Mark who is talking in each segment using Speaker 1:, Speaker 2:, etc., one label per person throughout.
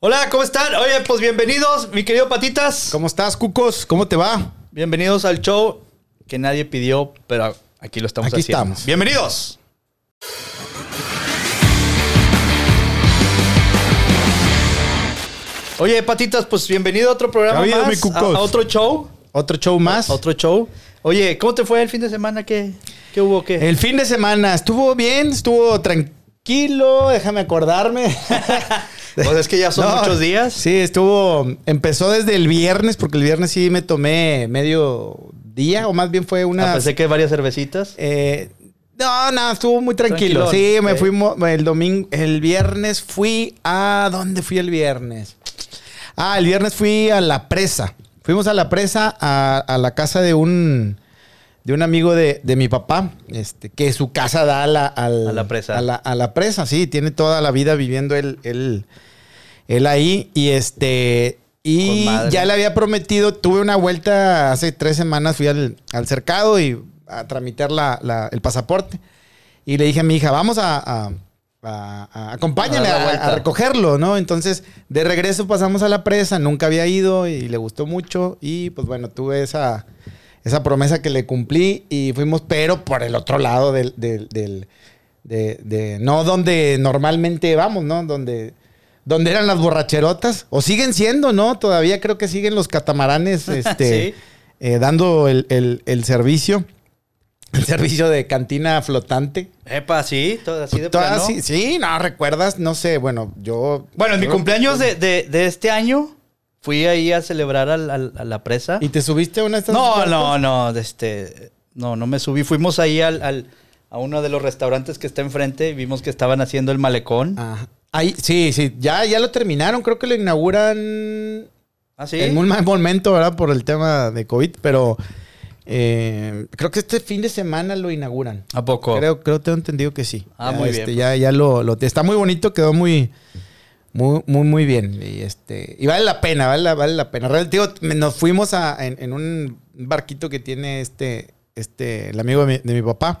Speaker 1: Hola, ¿cómo están? Oye, pues bienvenidos, mi querido Patitas.
Speaker 2: ¿Cómo estás, Cucos? ¿Cómo te va?
Speaker 1: Bienvenidos al show que nadie pidió, pero aquí lo estamos
Speaker 2: Aquí
Speaker 1: haciendo.
Speaker 2: estamos.
Speaker 1: Bienvenidos. Oye, Patitas, pues bienvenido a otro programa
Speaker 2: Ya ha habido, mi
Speaker 1: más, a,
Speaker 2: Cucos.
Speaker 1: a otro show,
Speaker 2: Otro show más.
Speaker 1: a otro show. Oye, ¿cómo te fue el fin de semana? ¿Qué, qué hubo? ¿Qué?
Speaker 2: El fin de semana estuvo bien, estuvo tranquilo, déjame acordarme.
Speaker 1: Pues es que ya son
Speaker 2: No,
Speaker 1: muchos días. Ah,
Speaker 2: Sí, estuvo. Empezó desde el viernes, porque el viernes sí me tomé medio día, o más bien fue
Speaker 1: Ah,
Speaker 2: una.
Speaker 1: pensé que varias cervecitas.
Speaker 2: eh, no, no, estuvo muy tranquilo.
Speaker 1: Tranquilón,
Speaker 2: Sí, me
Speaker 1: ok.
Speaker 2: fui mo- el domingo. El viernes fui a. ¿Dónde fui el viernes? Ah, el viernes fui a la presa. Fuimos a la presa a, a la casa de un de un amigo de, de mi papá, este, que su casa da a la, al-
Speaker 1: A la presa.
Speaker 2: A la, a la presa, sí, tiene toda la vida viviendo él, él, él ahí. Y este. Y
Speaker 1: Con madre.
Speaker 2: ya le había prometido, tuve una vuelta hace tres semanas, fui al, al cercado y a tramitar la- la- el pasaporte. Y le dije a mi hija, vamos a, a, a- a- acompáñale
Speaker 1: A dar la
Speaker 2: a-
Speaker 1: vuelta.
Speaker 2: a recogerlo, ¿no? Entonces, de regreso pasamos a la presa, nunca había ido y le gustó mucho. Y pues bueno, tuve esa, esa promesa que le cumplí y fuimos, pero por el otro lado del... del- del- de, de- no donde normalmente vamos, ¿no? Donde, donde eran las borracherotas. O siguen siendo, ¿no? Todavía creo que siguen los catamaranes este,
Speaker 1: Sí.
Speaker 2: eh, dando el, el- el servicio. El servicio de cantina flotante.
Speaker 1: Epa, sí, todo así de
Speaker 2: Todas-
Speaker 1: plano.
Speaker 2: sí, sí, no, recuerdas, no sé, bueno, yo.
Speaker 1: Bueno, en mi
Speaker 2: yo-
Speaker 1: cumpleaños de, de- de este año fui ahí a celebrar al- al- a la presa.
Speaker 2: ¿Y te subiste a una de estas
Speaker 1: No,
Speaker 2: barcas?
Speaker 1: no, no, de este, no, no me subí. Fuimos ahí al, al- a uno de los restaurantes que está enfrente y vimos que estaban haciendo el malecón. Ah,
Speaker 2: Ajá. Ahí, sí, sí, ya, ya lo terminaron, creo que lo inauguran
Speaker 1: ¿Ah, sí.
Speaker 2: en un mal momento, ¿verdad? Por el tema de COVID, pero eh, creo que este fin de semana lo inauguran.
Speaker 1: ¿A poco?
Speaker 2: Creo, creo, tengo entendido que sí.
Speaker 1: Ah,
Speaker 2: Ya,
Speaker 1: muy
Speaker 2: este,
Speaker 1: bien.
Speaker 2: Ya, ya lo, lo- está muy bonito, quedó muy, muy, muy, muy bien. Y este, y vale la pena, vale la, vale la pena. Real, tío, me- nos fuimos a, en, en un barquito que tiene este, este, el amigo de mi, de mi papá.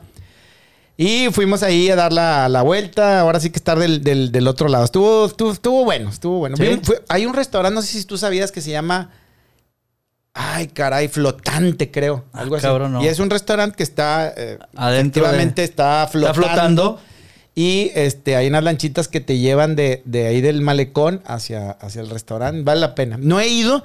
Speaker 2: Y fuimos ahí a dar la, la vuelta. Ahora sí que estar del, del- del otro lado. Estuvo, estuvo, estuvo bueno, estuvo bueno.
Speaker 1: ¿Sí?
Speaker 2: Vimos- fue- hay un restaurante, no sé si tú sabías, que se llama. Ay, caray, flotante, creo.
Speaker 1: Ah,
Speaker 2: Algo así.
Speaker 1: cabrón, no.
Speaker 2: Y es un restaurante que está. eh,
Speaker 1: Adentro. de-
Speaker 2: Efectivamente está
Speaker 1: está
Speaker 2: flotando.
Speaker 1: flotando.
Speaker 2: Y este, hay unas lanchitas que te llevan de, de ahí del malecón hacia, hacia el restaurante. Vale la pena. No he ido,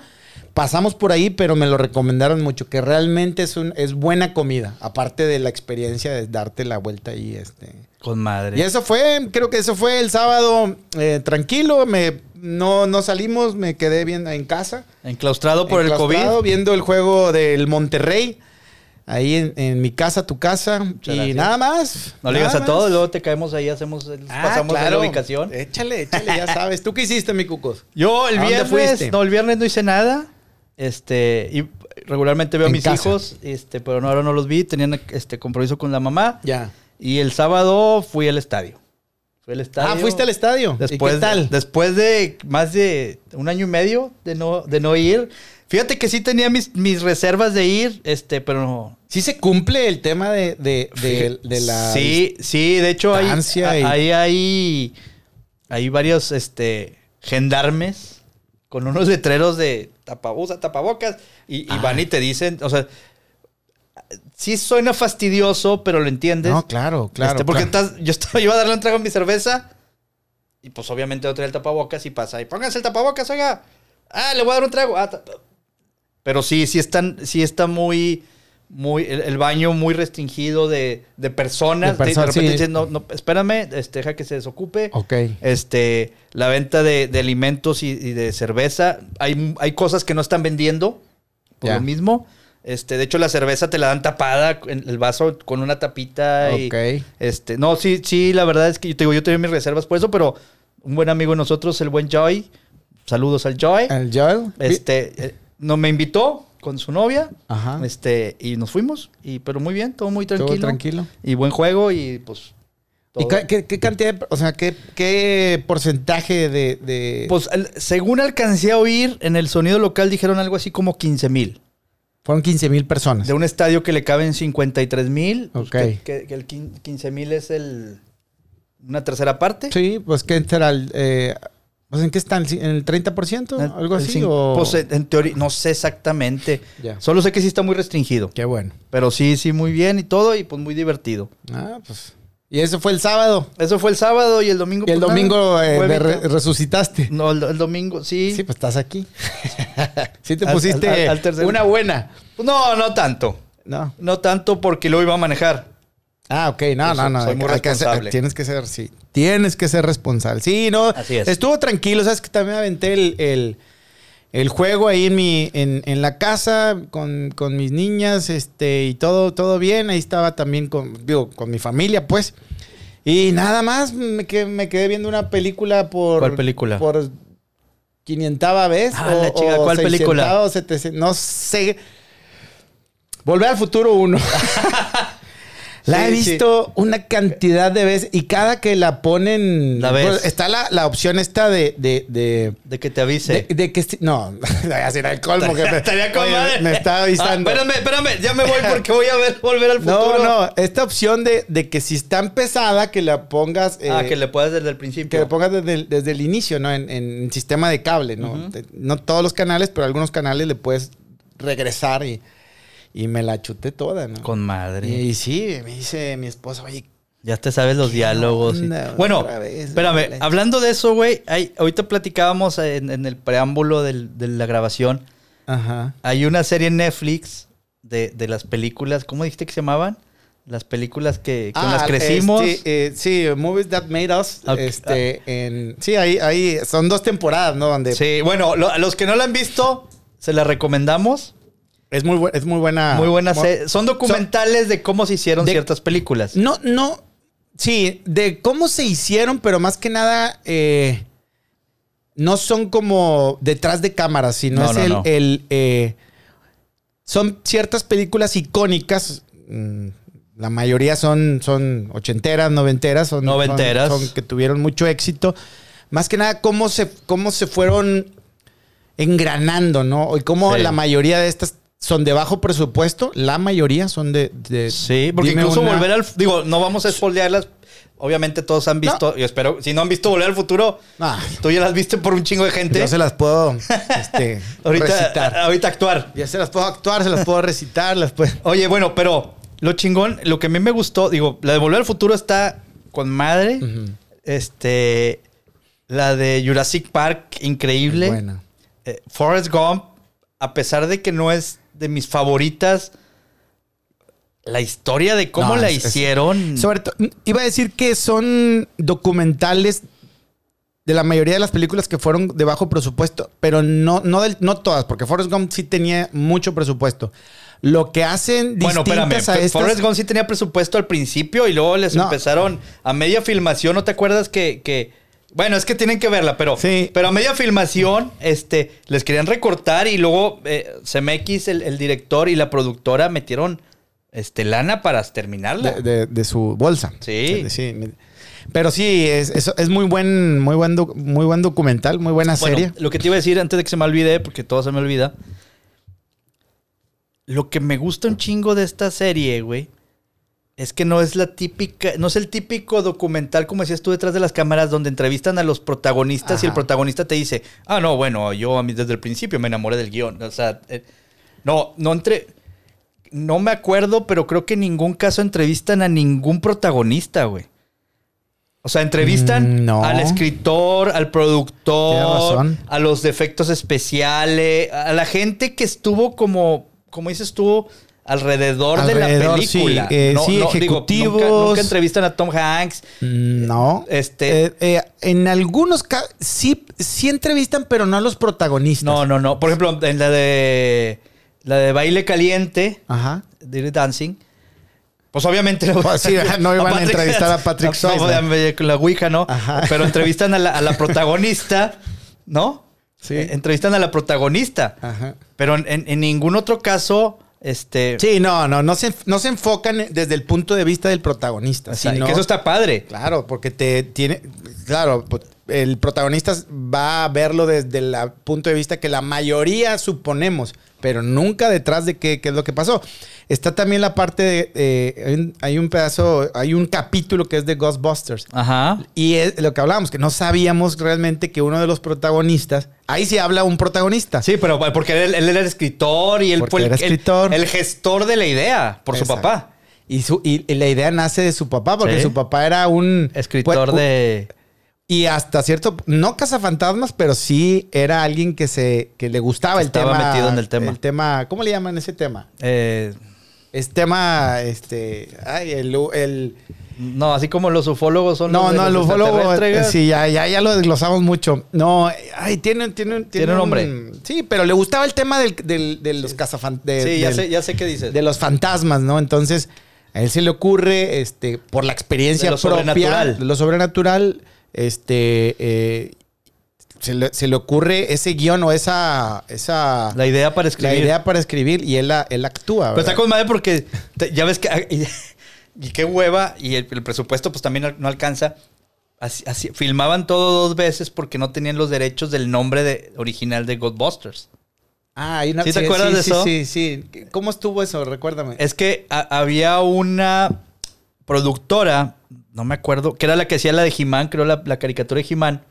Speaker 2: pasamos por ahí, pero me lo recomendaron mucho, que realmente es, un, es buena comida. Aparte de la experiencia de darte la vuelta ahí. Este.
Speaker 1: Con madre.
Speaker 2: Y eso fue, creo que eso fue el sábado eh, tranquilo. Me, no, no salimos, me quedé bien en casa
Speaker 1: Enclaustrado por el
Speaker 2: enclaustrado
Speaker 1: COVID.
Speaker 2: viendo el juego del Monterrey. Ahí en, en mi casa, tu casa. y
Speaker 1: gracias.
Speaker 2: nada más.
Speaker 1: No le digas
Speaker 2: nada
Speaker 1: a todos,
Speaker 2: más.
Speaker 1: luego te caemos ahí, hacemos, el-
Speaker 2: Ah,
Speaker 1: pasamos de la
Speaker 2: claro.
Speaker 1: ubicación.
Speaker 2: Échale, échale, ya sabes. ¿Tú qué hiciste, mi cucos?
Speaker 1: Yo el
Speaker 2: ¿A dónde
Speaker 1: viernes,
Speaker 2: fuiste?
Speaker 1: no, el viernes no hice nada. Este, y regularmente veo a
Speaker 2: En
Speaker 1: mis
Speaker 2: casa.
Speaker 1: hijos, este, pero no, ahora no los vi, tenían este compromiso con la mamá.
Speaker 2: Ya.
Speaker 1: Y el sábado fui al estadio. Fui al estadio.
Speaker 2: Ah, fuiste al estadio.
Speaker 1: Después,
Speaker 2: ¿Y qué tal?
Speaker 1: Después de más de un año y medio de no, de no ir. Fíjate que sí tenía mis, mis reservas de ir, este, pero no.
Speaker 2: sí se cumple el tema de, de, de- de la.
Speaker 1: Sí, sí, de hecho ahí,
Speaker 2: distancia y-
Speaker 1: ahí hay, hay varios este, gendarmes con unos letreros de tapabusa, tapabocas y, y
Speaker 2: Ah.
Speaker 1: van y te dicen, o sea, sí suena fastidioso, pero lo entiendes.
Speaker 2: No, claro, claro.
Speaker 1: Este, porque
Speaker 2: claro.
Speaker 1: estás- yo estaba, iba a darle un trago a mi cerveza y pues obviamente otra el tapabocas y pasa y pónganse el tapabocas, oiga. Ah, le voy a dar un trago. Ah, ta- pero sí, sí están, sí está muy, muy, el, el baño muy restringido de, de personas. De,
Speaker 2: De
Speaker 1: de
Speaker 2: personas,
Speaker 1: repente
Speaker 2: sí.
Speaker 1: dicen, no, no, espérame, este, deja que se desocupe.
Speaker 2: Ok.
Speaker 1: Este, la venta de, de alimentos y, y de cerveza. Hay, hay cosas que no están vendiendo por
Speaker 2: Ya.
Speaker 1: lo mismo. Este, de hecho, la cerveza te la dan tapada en el vaso con una tapita. y-
Speaker 2: Ok.
Speaker 1: este, no, sí, sí, la verdad es que yo te digo, yo tenía mis reservas por eso, pero un buen amigo de nosotros, el buen Joy, saludos al Joy.
Speaker 2: ¿El Joel?
Speaker 1: Este, eh, no me invitó con su novia.
Speaker 2: Ajá.
Speaker 1: Este, y nos fuimos, y, pero muy bien, todo muy
Speaker 2: Estuvo
Speaker 1: tranquilo.
Speaker 2: tranquilo.
Speaker 1: Y buen juego, y pues.
Speaker 2: ¿Y
Speaker 1: todo.
Speaker 2: ca- qué, qué cantidad, de- o sea, qué, qué porcentaje de, de-
Speaker 1: Pues al- según alcancé a oír, en el sonido local dijeron algo así como 15 mil.
Speaker 2: fueron 15 mil personas?
Speaker 1: De un estadio que le caben 53 mil. pues,
Speaker 2: Ah. Ok.
Speaker 1: que- que, que el 15 mil es el. Una tercera parte.
Speaker 2: Sí, pues que entra el, eh, O sea, ¿en qué están? ¿En el 30%? ¿Algo
Speaker 1: El
Speaker 2: así?
Speaker 1: cin-
Speaker 2: o-
Speaker 1: Pues en en teoría, no sé exactamente.
Speaker 2: Ya.
Speaker 1: Solo sé que sí está muy restringido.
Speaker 2: Qué bueno.
Speaker 1: Pero sí, sí, muy bien y todo, y pues muy divertido.
Speaker 2: Ah, pues. Y eso fue el sábado.
Speaker 1: Eso fue el sábado y el domingo.
Speaker 2: Y el
Speaker 1: pues,
Speaker 2: domingo
Speaker 1: nada,
Speaker 2: eh,
Speaker 1: fue
Speaker 2: me
Speaker 1: evento.
Speaker 2: re- resucitaste.
Speaker 1: No, el, el domingo, sí.
Speaker 2: Sí, pues estás aquí. sí te
Speaker 1: Al-
Speaker 2: pusiste
Speaker 1: al- al tercer-
Speaker 2: una buena.
Speaker 1: No, no tanto.
Speaker 2: No.
Speaker 1: No tanto porque lo iba a manejar.
Speaker 2: Ah, ok. No,
Speaker 1: Yo
Speaker 2: no,
Speaker 1: soy-
Speaker 2: no.
Speaker 1: soy muy
Speaker 2: que ser-
Speaker 1: responsable.
Speaker 2: tienes que ser, sí. Tienes que ser responsable. Sí, no.
Speaker 1: Así es.
Speaker 2: Estuvo tranquilo. Sabes que también aventé el, el- el juego ahí en mi, en, en la casa con, con mis niñas, este, y todo, todo bien. Ahí estaba también con, digo, con mi familia, pues. Y nada más me, que, me quedé viendo una película por.
Speaker 1: ¿Cuál película?
Speaker 2: Por 500 vez.
Speaker 1: Ah, la chica, ¿cuál película?
Speaker 2: 600, o 700, no sé. Volver al futuro uno. La he
Speaker 1: Sí, sí.
Speaker 2: visto una cantidad de veces y cada que la ponen. pues,
Speaker 1: La ves.
Speaker 2: está la, la opción esta de. de, de
Speaker 1: De que te avise.
Speaker 2: de- de que esti- no, voy a hacer el colmo que me,
Speaker 1: Estaría con
Speaker 2: oye,
Speaker 1: madre.
Speaker 2: me está avisando.
Speaker 1: Ah, espérame, espérame, ya me voy porque voy a ver volver al
Speaker 2: no,
Speaker 1: futuro.
Speaker 2: no, esta opción de, de que si está pesada que la pongas
Speaker 1: Ah,
Speaker 2: eh,
Speaker 1: que le puedas desde el
Speaker 2: que
Speaker 1: principio.
Speaker 2: lo pongas desde el, desde el inicio, ¿no? En, en sistema de cable, ¿no?
Speaker 1: Ujú.
Speaker 2: Te- No todos los canales, pero algunos canales le puedes regresar y, y me la chuté toda, ¿no?
Speaker 1: Con madre.
Speaker 2: y, sí, me dice mi esposa, oye,
Speaker 1: Ya te sabes los
Speaker 2: ¿Qué
Speaker 1: diálogos. y-
Speaker 2: onda,
Speaker 1: Bueno,
Speaker 2: otra vez?
Speaker 1: espérame,
Speaker 2: Vale.
Speaker 1: hablando de eso, güey, hay- ahorita platicábamos en, en el preámbulo del- de la grabación.
Speaker 2: ajá.
Speaker 1: Hay una serie en Netflix de, de las películas, ¿cómo dijiste que se llamaban? Las películas que con
Speaker 2: Ah,
Speaker 1: las crecimos.
Speaker 2: este, eh, sí, Movies That Made Us.
Speaker 1: Ok,
Speaker 2: Este, en, sí, ahí, ahí son dos temporadas, ¿no? Donde
Speaker 1: Sí, bueno, lo- a los que no la han visto, se la recomendamos.
Speaker 2: es, muy bu- es muy buena.
Speaker 1: Muy buena
Speaker 2: mu-
Speaker 1: serie. Son documentales de cómo se hicieron
Speaker 2: Ah, de- Mm.
Speaker 1: ciertas películas.
Speaker 2: No, no. Sí, de cómo se hicieron, pero más que nada. eh, no son como detrás de cámaras, sino
Speaker 1: No,
Speaker 2: es
Speaker 1: no,
Speaker 2: el.
Speaker 1: no.
Speaker 2: el, eh, son ciertas películas icónicas. mm, La mayoría son, son ochenteras, noventeras, son,
Speaker 1: Noventeras.
Speaker 2: son- son que tuvieron mucho éxito. Más que nada, cómo se, cómo se fueron engranando, ¿no? Y cómo
Speaker 1: Sí.
Speaker 2: la mayoría de estas son de bajo presupuesto, la mayoría son de. de-
Speaker 1: Sí, porque
Speaker 2: dime
Speaker 1: incluso
Speaker 2: una-
Speaker 1: volver al. Digo, no vamos a spoilearlas. Obviamente todos han visto. Yo espero. Si no han visto Volver al Futuro,
Speaker 2: Ah,
Speaker 1: tú ya las viste por un chingo de gente.
Speaker 2: Yo se las puedo este,
Speaker 1: ahorita,
Speaker 2: recitar.
Speaker 1: ahorita actuar.
Speaker 2: Ya se las puedo actuar, se las puedo recitar, las puedo...
Speaker 1: Oye, bueno, pero lo chingón, lo que a mí me gustó, digo, la de Volver al Futuro está con madre. Este. La de Jurassic Park, increíble.
Speaker 2: Buena.
Speaker 1: eh, Forrest Gump, a pesar de que no es de mis favoritas, la historia de cómo
Speaker 2: No,
Speaker 1: la
Speaker 2: es- es-
Speaker 1: hicieron.
Speaker 2: Sobre todo, iba a decir que son documentales de la mayoría de las películas que fueron de bajo presupuesto, pero no, no, del- no todas, porque Forrest Gump sí tenía mucho presupuesto. Lo que hacen
Speaker 1: bueno,
Speaker 2: distintas
Speaker 1: espérame.
Speaker 2: a
Speaker 1: Fe-
Speaker 2: estas...
Speaker 1: Forrest Gump sí tenía presupuesto al principio y luego les
Speaker 2: No.
Speaker 1: empezaron a media filmación. ¿No te acuerdas que, que- Bueno, es que tienen que verla, pero.
Speaker 2: Sí.
Speaker 1: Pero a media filmación, este, les querían recortar y luego eh, CMX, el, el director y la productora metieron este, lana para terminarla.
Speaker 2: de, de- de su bolsa.
Speaker 1: Sí.
Speaker 2: sí. Pero sí, es, es- es muy buen, muy buen, doc- muy buen documental, muy buena
Speaker 1: Bueno,
Speaker 2: serie.
Speaker 1: lo que te iba a decir antes de que se me olvide, porque todo se me olvida. Lo que me gusta un chingo de esta serie, güey, es que no es la típica, no es el típico documental, como decías tú, detrás de las cámaras, donde entrevistan a los protagonistas y el
Speaker 2: Ajá.
Speaker 1: protagonista te dice, ah, no, bueno, yo a mí desde el principio me enamoré del guión. O sea, eh, no, no entre. No me acuerdo, pero creo que en ningún caso entrevistan a ningún protagonista, güey. O sea, entrevistan
Speaker 2: Mm, no.
Speaker 1: al escritor, al
Speaker 2: Tienes
Speaker 1: productor,
Speaker 2: razón.
Speaker 1: a los defectos especiales, a la gente que estuvo como, como dices tú, alrededor, de la
Speaker 2: Alrededor,
Speaker 1: película.
Speaker 2: sí, eh, sí,
Speaker 1: digo,
Speaker 2: ejecutivos.
Speaker 1: nunca, nunca entrevistan a Tom Hanks.
Speaker 2: eh, No.
Speaker 1: Este-
Speaker 2: Eh, eh, en algunos casos sí, sí entrevistan, pero no a los protagonistas.
Speaker 1: No, no, no. Por ejemplo, en la de la de Baile Caliente,
Speaker 2: Ajá.
Speaker 1: Dirty Dancing. Pues obviamente no,
Speaker 2: Pues sí, no iban a entrevistar a Patrick
Speaker 1: no,
Speaker 2: Swayze.
Speaker 1: obviamente, con la Ouija, ¿no?
Speaker 2: Ajá.
Speaker 1: Pero entrevistan a la, a la protagonista, ¿no?
Speaker 2: Sí.
Speaker 1: Eh, entrevistan a la protagonista.
Speaker 2: Ajá.
Speaker 1: Pero en, en- en ningún otro caso, este.
Speaker 2: Sí, no, no, no se, no se enfocan desde el punto de vista del protagonista.
Speaker 1: o sea,
Speaker 2: sino-
Speaker 1: que eso está padre.
Speaker 2: Claro, porque te tiene. Claro, pues, el protagonista va a verlo desde el punto de vista que la mayoría suponemos, pero nunca detrás de qué, qué es lo que pasó. Está también la parte de. eh, hay, un, hay un pedazo, hay un capítulo que es de Ghostbusters.
Speaker 1: Ajá.
Speaker 2: Y es lo que hablábamos, que no sabíamos realmente que uno de los protagonistas. Ahí sí habla un protagonista.
Speaker 1: Sí, pero porque él, él era escritor y él
Speaker 2: Porque
Speaker 1: fue el,
Speaker 2: era
Speaker 1: el-
Speaker 2: escritor.
Speaker 1: el gestor de la idea por su
Speaker 2: Exacto.
Speaker 1: papá.
Speaker 2: Y, su, y la idea nace de su papá, porque
Speaker 1: Sí.
Speaker 2: su papá era un.
Speaker 1: Escritor
Speaker 2: pues,
Speaker 1: de.
Speaker 2: Y hasta cierto, no cazafantasmas, pero sí era alguien que se que le gustaba el
Speaker 1: Estaba
Speaker 2: tema.
Speaker 1: metido en el tema.
Speaker 2: El tema, ¿cómo le llaman ese tema?
Speaker 1: eh,
Speaker 2: Es tema, este, ay, el, el-
Speaker 1: no, así como los ufólogos son.
Speaker 2: no,
Speaker 1: los de
Speaker 2: no, el
Speaker 1: los
Speaker 2: ufólogo, eh,
Speaker 1: extraterrestres.
Speaker 2: sí, ya, ya, ya lo desglosamos mucho. No, eh, ay, tiene, tiene, un-
Speaker 1: Tiene un nombre.
Speaker 2: Sí, pero le gustaba el tema del, del- de los cazafantasmas.
Speaker 1: Sí, ya, sé, ya sé qué dices.
Speaker 2: de los fantasmas, ¿no? Entonces, a él se le ocurre, este, por la experiencia
Speaker 1: De lo
Speaker 2: propia,
Speaker 1: sobrenatural.
Speaker 2: de lo sobrenatural, este, eh, se, le, se le ocurre ese guión o esa, esa
Speaker 1: la idea para
Speaker 2: la
Speaker 1: escribir.
Speaker 2: idea para escribir y él, la- él actúa.
Speaker 1: Pero
Speaker 2: ¿verdad?
Speaker 1: está con madre porque te- ya ves que. ah, Y, y qué hueva. Y el, el presupuesto, pues también al- no alcanza. Así, así- filmaban todo dos veces porque no tenían los derechos del nombre de, original de Ghostbusters.
Speaker 2: Ah, hay una-
Speaker 1: ¿Sí te acuerdas de
Speaker 2: sí,
Speaker 1: eso?
Speaker 2: Sí, sí, sí. ¿Cómo estuvo eso? Recuérdame.
Speaker 1: Es que a- había una productora, no me acuerdo, que era la que hacía la de He-Man, creo la, la caricatura de He-Man.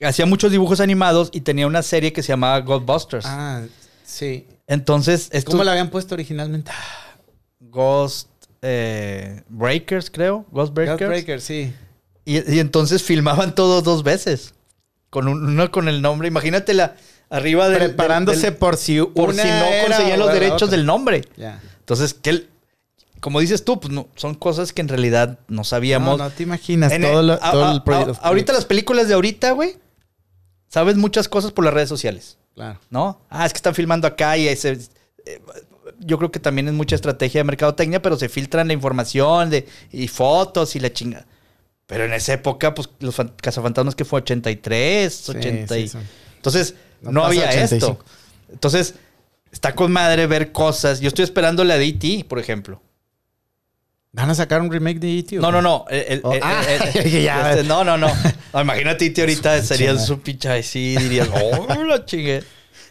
Speaker 1: Hacía muchos dibujos animados y tenía una serie que se llamaba Ghostbusters.
Speaker 2: Ah, sí.
Speaker 1: Entonces, esto-
Speaker 2: ¿Cómo la habían puesto originalmente? Ah,
Speaker 1: Ghost eh, Breakers, creo. Ghost Breakers.
Speaker 2: Ghostbreaker, sí.
Speaker 1: Y, y entonces filmaban todos dos veces. Con un- uno con el nombre. Imagínate la arriba del- del-
Speaker 2: Preparándose
Speaker 1: del-
Speaker 2: por si
Speaker 1: por si no conseguían los derechos del nombre.
Speaker 2: Ya.
Speaker 1: Entonces, que el- como dices tú, pues no, son cosas que en realidad no sabíamos.
Speaker 2: No, no te imaginas
Speaker 1: En
Speaker 2: todo,
Speaker 1: el-
Speaker 2: lo-
Speaker 1: a-
Speaker 2: todo
Speaker 1: a-
Speaker 2: el proyecto.
Speaker 1: a- ahorita las películas de ahorita, güey, sabes muchas cosas por las redes sociales,
Speaker 2: Claro.
Speaker 1: ¿no? Ah, es que están filmando acá y ese, eh, yo creo que también es mucha estrategia de mercadotecnia, pero se filtran la información de, y fotos y la chinga. Pero en esa época, pues los fan- cazafantasmas que fue 83, 80 y-
Speaker 2: Sí, sí, sí.
Speaker 1: Entonces, no,
Speaker 2: No pasa
Speaker 1: había esto.
Speaker 2: 85.
Speaker 1: Entonces, está con madre ver cosas. Yo estoy esperando la de E.T., por ejemplo.
Speaker 2: ¿Van a sacar un remake de E.T.? o
Speaker 1: No,
Speaker 2: qué?
Speaker 1: no, no. el- el-
Speaker 2: Oh,
Speaker 1: el-
Speaker 2: ah,
Speaker 1: el-
Speaker 2: dije, ya.
Speaker 1: este, no, no, no. No, Imagínate, Iti, ahorita
Speaker 2: Su
Speaker 1: sería
Speaker 2: pinche
Speaker 1: su pinche así, dirías, oh, la chingue.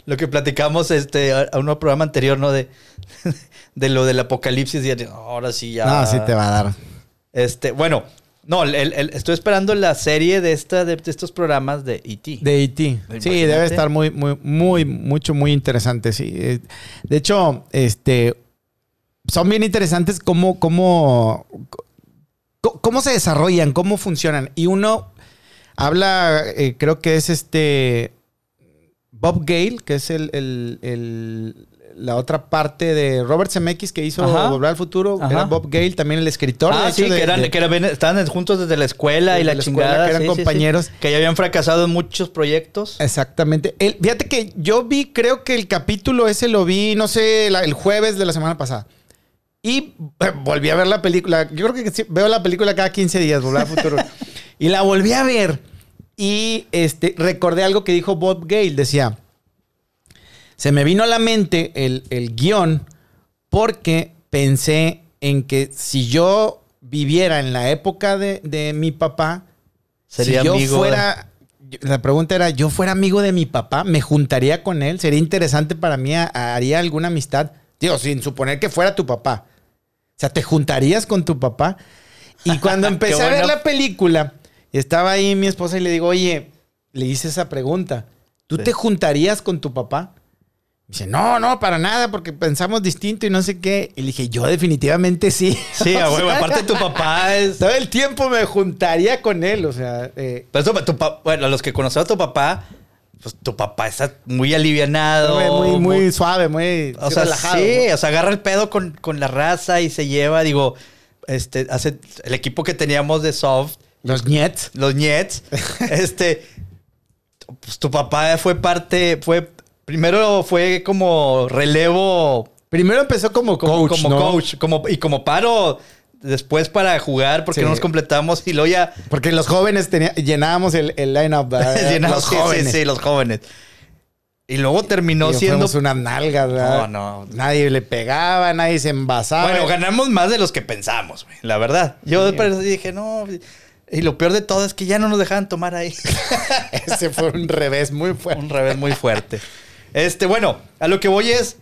Speaker 1: Lo que platicamos este, a, a un programa anterior, ¿no? De, de lo del apocalipsis, y ahora sí ya.
Speaker 2: No, Ah, sí te va a dar.
Speaker 1: Este, bueno, no, el- el- el- estoy esperando la serie de, esta, de, de estos programas de E.T.
Speaker 2: De E E.T. Sí,
Speaker 1: Imagínate.
Speaker 2: debe estar muy, muy, muy, mucho, muy interesante. Sí. Eh, De hecho, este. Son bien interesantes cómo, cómo, co- cómo se desarrollan, cómo funcionan. Y uno habla, eh, creo que es este. Bob Gale, que es el, el- el- la otra parte de Robert Zemeckis que hizo
Speaker 1: Ajá.
Speaker 2: Volver al Futuro.
Speaker 1: Ajá.
Speaker 2: Era Bob Gale, también el escritor. de
Speaker 1: Ah,
Speaker 2: hecho,
Speaker 1: sí,
Speaker 2: de-
Speaker 1: que, eran,
Speaker 2: de-
Speaker 1: que eran- estaban juntos desde la escuela y
Speaker 2: desde
Speaker 1: la,
Speaker 2: la escuela,
Speaker 1: chingada.
Speaker 2: que eran
Speaker 1: sí, sí, sí.
Speaker 2: compañeros. Eh,
Speaker 1: Que ya habían fracasado en muchos proyectos.
Speaker 2: Exactamente. El- fíjate que yo vi, creo que el capítulo ese lo vi, no sé, la- el jueves de la semana pasada. Y eh, volví a ver la película. Yo creo que sí, veo la película cada 15 días, Volver al Futuro. y la volví a ver. Y este, recordé algo que dijo Bob Gale. Decía, se me vino a la mente el, el guión porque pensé en que si yo viviera en la época de, de mi papá,
Speaker 1: Sería
Speaker 2: si yo
Speaker 1: amigo.
Speaker 2: fuera, yo- la pregunta era, yo fuera amigo de mi papá, me juntaría con él, sería interesante para mí, a- haría alguna amistad, digo, sin suponer que fuera tu papá. O sea, te juntarías con tu papá. Y cuando empecé a ver
Speaker 1: buena-
Speaker 2: la película, estaba ahí mi esposa y le digo, oye, le hice esa pregunta, ¿tú
Speaker 1: Sí.
Speaker 2: te juntarías con tu papá? Dice, no, no, para nada, porque pensamos distinto y no sé qué. Y le dije, yo definitivamente sí.
Speaker 1: Sí,
Speaker 2: O
Speaker 1: a huevo.
Speaker 2: sea,
Speaker 1: Aparte, tu papá es.
Speaker 2: Todo el tiempo me juntaría con él, o sea, eh,
Speaker 1: Pero Pues tu pa- tu pa- bueno, a los que conocen a tu papá, pues tu papá está muy alivianado.
Speaker 2: Muy, muy, muy suave, muy
Speaker 1: o
Speaker 2: sí,
Speaker 1: sea,
Speaker 2: relajado.
Speaker 1: Sí,
Speaker 2: ¿no?
Speaker 1: o sea, agarra el pedo con, con la raza y se lleva, digo, este, hace el equipo que teníamos de soft,
Speaker 2: Los Nets.
Speaker 1: los Nets, este, pues tu papá fue parte, fue, primero fue como relevo,
Speaker 2: Primero empezó como
Speaker 1: como
Speaker 2: coach,
Speaker 1: coach, como
Speaker 2: ¿no?
Speaker 1: y como paro, después para jugar porque
Speaker 2: Sí.
Speaker 1: no nos completamos y luego ya...
Speaker 2: Porque los jóvenes tenía- llenábamos el, el line-up. ¿verdad?
Speaker 1: Llenamos-
Speaker 2: Eh, los
Speaker 1: sí,
Speaker 2: jóvenes.
Speaker 1: Sí, sí, los jóvenes. Y luego terminó
Speaker 2: Y
Speaker 1: siendo.
Speaker 2: fuimos unas nalgas, ¿verdad?
Speaker 1: No, no.
Speaker 2: Nadie le pegaba, nadie se envasaba.
Speaker 1: Bueno, ganamos más de los que pensamos, güey, la verdad. Yo
Speaker 2: Ah, eh. Sí.
Speaker 1: pero dije, no. Y lo peor de todo es que ya no nos dejaban tomar ahí.
Speaker 2: Ese fue un revés muy fuerte.
Speaker 1: Un revés muy fuerte. Este, bueno, a lo que voy es,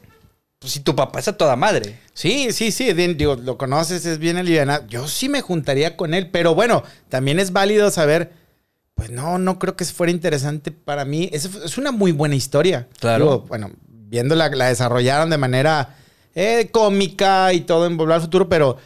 Speaker 1: pues, si tu papá es a toda madre.
Speaker 2: Sí, sí, sí. di- Digo, lo conoces, es bien alivianado. Yo sí me juntaría con él, pero bueno, también es válido saber. Pues no, no creo que fuera interesante para mí. Es, es una muy buena historia.
Speaker 1: Claro.
Speaker 2: Digo, bueno, viéndola, la desarrollaron de manera eh, cómica y todo en Volver al Futuro, pero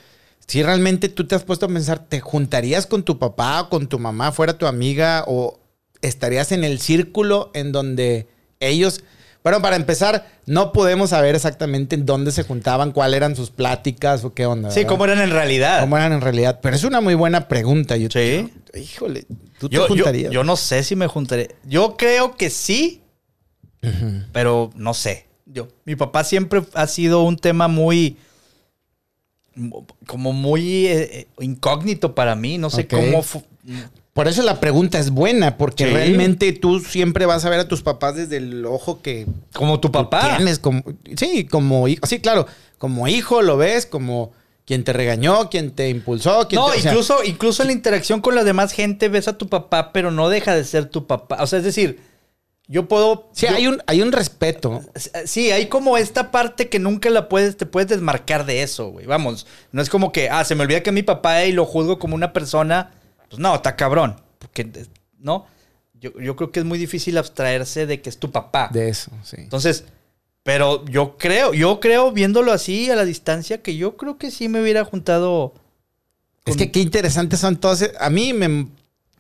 Speaker 2: si realmente tú te has puesto a pensar, ¿te juntarías con tu papá o con tu mamá, fuera tu amiga, o estarías en el círculo en donde ellos... Bueno, para empezar, no podemos saber exactamente en dónde se juntaban, cuáles eran sus pláticas o qué onda.
Speaker 1: Sí,
Speaker 2: ¿verdad?
Speaker 1: como eran en realidad.
Speaker 2: ¿Cómo eran en realidad. Pero es una muy buena pregunta. Yo,
Speaker 1: Sí.
Speaker 2: Híjole, ¿tú te
Speaker 1: Yo, yo-
Speaker 2: juntarías?
Speaker 1: yo no sé si me juntaré. Yo creo que sí, pero no sé. Yo, mi papá siempre ha sido un tema muy mo- como muy eh, eh, incógnito para mí. No sé
Speaker 2: Ok.
Speaker 1: cómo fu-
Speaker 2: Por eso la pregunta es buena, porque
Speaker 1: Sí.
Speaker 2: realmente tú siempre vas a ver a tus papás desde el ojo que
Speaker 1: como tu papá.
Speaker 2: tienes. Como, sí, como hijo. Sí, claro. Como hijo lo ves, como quien te regañó, quien te impulsó. Quien
Speaker 1: No,
Speaker 2: te- o sea,
Speaker 1: incluso, incluso en la interacción con la demás gente ves a tu papá, pero no deja de ser tu papá. O sea, es decir, yo puedo.
Speaker 2: sí,
Speaker 1: yo-
Speaker 2: hay un, hay un respeto.
Speaker 1: eh, Sí, hay como esta parte que nunca la puedes, te puedes desmarcar de eso, güey. Vamos, no es como que, ah, se me olvida que es mi papá eh, y lo juzgo como una persona. Pues no, está cabrón. Porque, eh, ¿no? Yo, yo creo que es muy difícil abstraerse de que es tu papá.
Speaker 2: De eso, sí.
Speaker 1: Entonces, pero yo creo, yo creo, viéndolo así a la distancia, que yo creo que sí me hubiera juntado.
Speaker 2: Es que qué interesantes son todos. e- A mí me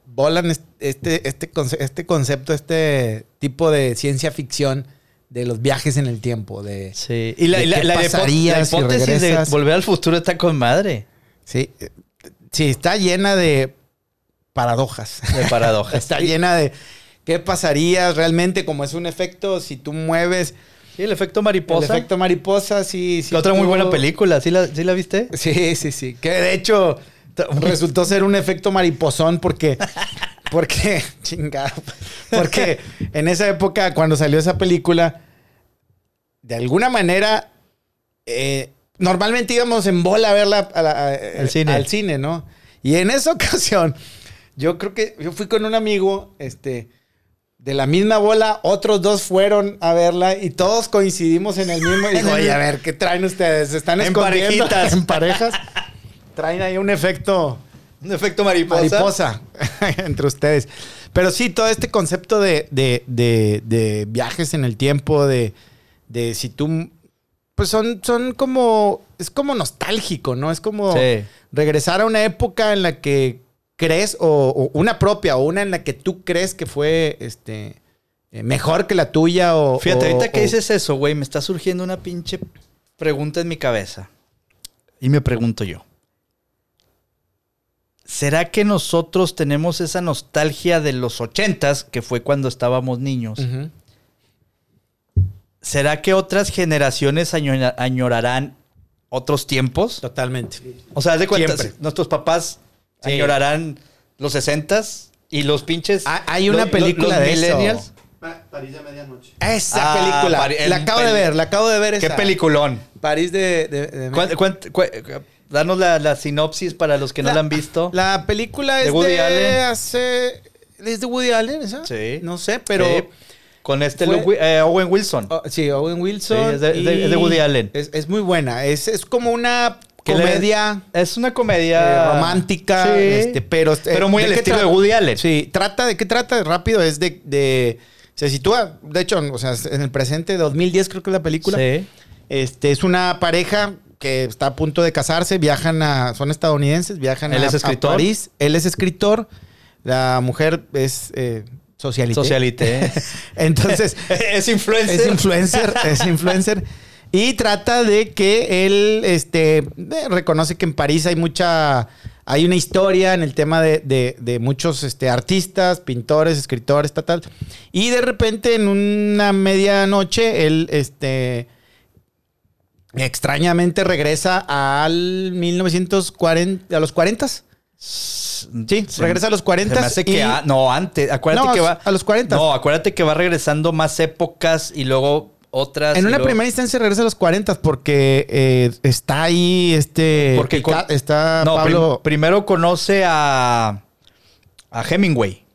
Speaker 2: volan es- este, este, conce- este concepto, este tipo de ciencia ficción de los viajes en el tiempo. De,
Speaker 1: Sí. Y la,
Speaker 2: ¿De
Speaker 1: y la-
Speaker 2: qué
Speaker 1: la hipo-
Speaker 2: pasaría
Speaker 1: la
Speaker 2: si
Speaker 1: hipótesis de
Speaker 2: regresas?
Speaker 1: volver al futuro está con madre
Speaker 2: sí, eh, sí, está llena de paradojas.
Speaker 1: de paradojas.
Speaker 2: Está llena de qué pasaría realmente, como es un efecto, si tú mueves
Speaker 1: Sí, el efecto mariposa.
Speaker 2: el efecto mariposa, sí. sí
Speaker 1: La otra muy
Speaker 2: tú-
Speaker 1: buena película, ¿sí la, sí la viste?
Speaker 2: Sí, sí, sí. Que de hecho resultó ser un efecto mariposón porque. Porque, chingado. Porque en esa época, cuando salió esa película, de alguna manera. eh, normalmente íbamos en bola a verla a la- a- eh,
Speaker 1: Al cine.
Speaker 2: al cine, ¿no? Y en esa ocasión, yo creo que yo fui con un amigo, este. De la misma bola, otros dos fueron a verla y todos coincidimos en el mismo. Y digo, oye, a ver, ¿qué traen ustedes? ¿Se están
Speaker 1: En
Speaker 2: escondiendo
Speaker 1: parejitas.
Speaker 2: en parejas? Traen ahí un efecto
Speaker 1: Un efecto mariposa.
Speaker 2: mariposa entre ustedes. Pero sí, todo este concepto de, de- de- de viajes en el tiempo, de, de si tú... Pues son, son como... Es como nostálgico, ¿no? Es como
Speaker 1: Sí.
Speaker 2: regresar a una época en la que crees, o, o una propia, o una en la que tú crees que fue este, eh, mejor que la tuya, o...
Speaker 1: Fíjate,
Speaker 2: o-
Speaker 1: ahorita que
Speaker 2: o-
Speaker 1: dices eso, güey, me está surgiendo una pinche pregunta en mi cabeza. Y me pregunto yo. ¿Será que nosotros tenemos esa nostalgia de los ochentas, que fue cuando estábamos niños?
Speaker 2: Ujú.
Speaker 1: ¿Será que otras generaciones añora- añorarán otros tiempos?
Speaker 2: Totalmente.
Speaker 1: O sea, haz de cuenta,
Speaker 2: Siempre.
Speaker 1: nuestros papás
Speaker 2: Sí.
Speaker 1: añorarán los sesentas y los pinches.
Speaker 2: Ah, hay una
Speaker 1: lo- lo-
Speaker 2: película
Speaker 1: los
Speaker 2: de eso.
Speaker 1: millennials.
Speaker 3: Pa- París de medianoche.
Speaker 2: Esa
Speaker 1: Ah,
Speaker 2: película.
Speaker 1: pare-
Speaker 2: la
Speaker 1: en
Speaker 2: acabo de
Speaker 1: peli-
Speaker 2: ver, la acabo de ver.
Speaker 1: Qué
Speaker 2: esa.
Speaker 1: peliculón.
Speaker 2: París de... de- de-
Speaker 1: ¿Cuán- cuán- cu- danos la, la sinopsis para los que no la, han visto.
Speaker 2: La película es
Speaker 1: De
Speaker 2: de,
Speaker 1: Woody Allen.
Speaker 2: hace... ¿Es de Woody Allen esa?
Speaker 1: Sí.
Speaker 2: No sé, pero...
Speaker 1: Sí. con este
Speaker 2: fue-
Speaker 1: Luke Wi- eh, Owen Wilson.
Speaker 2: Oh, sí, Owen Wilson.
Speaker 1: Sí, es de- es de-
Speaker 2: y-
Speaker 1: es de Woody Allen.
Speaker 2: Es, es muy buena. Es, es como una
Speaker 1: Que le-
Speaker 2: comedia
Speaker 1: es una
Speaker 2: eh,
Speaker 1: comedia
Speaker 2: romántica,
Speaker 1: Sí.
Speaker 2: este, pero... eh,
Speaker 1: Pero muy al
Speaker 2: qué
Speaker 1: estilo
Speaker 2: tra-
Speaker 1: de Woody Allen.
Speaker 2: Sí, trata de qué trata rápido. Es de, de- Se sitúa, de hecho, o sea, en el presente, 2010 creo que es la película.
Speaker 1: Sí.
Speaker 2: Este, es una pareja que está a punto de casarse, viajan a, son estadounidenses, viajan
Speaker 1: Él
Speaker 2: a,
Speaker 1: es
Speaker 2: a
Speaker 1: escritor.
Speaker 2: París. Él es escritor, la mujer es eh, socialite.
Speaker 1: Socialite.
Speaker 2: Entonces,
Speaker 1: es influencer.
Speaker 2: es influencer, es influencer. Y trata de que él este, eh, reconoce que en París hay mucha. Hay una historia en el tema de, de- de muchos este, artistas, pintores, escritores, tal, tal. Y de repente, en una medianoche, él este, extrañamente regresa al 1940, a los 40
Speaker 1: Sí,
Speaker 2: regresa a los 40s
Speaker 1: Se me hace que
Speaker 2: y-
Speaker 1: a- no, antes. Acuérdate
Speaker 2: No,
Speaker 1: que va.
Speaker 2: a los 40s.
Speaker 1: No, acuérdate que va regresando más épocas y luego otras.
Speaker 2: En
Speaker 1: y
Speaker 2: una
Speaker 1: luego-
Speaker 2: primera instancia regresa a los 40 porque eh, está ahí este.
Speaker 1: Porque
Speaker 2: Pica-
Speaker 1: con-
Speaker 2: está
Speaker 1: No, prim-
Speaker 2: Pablo.
Speaker 1: primero conoce a. A Hemingway.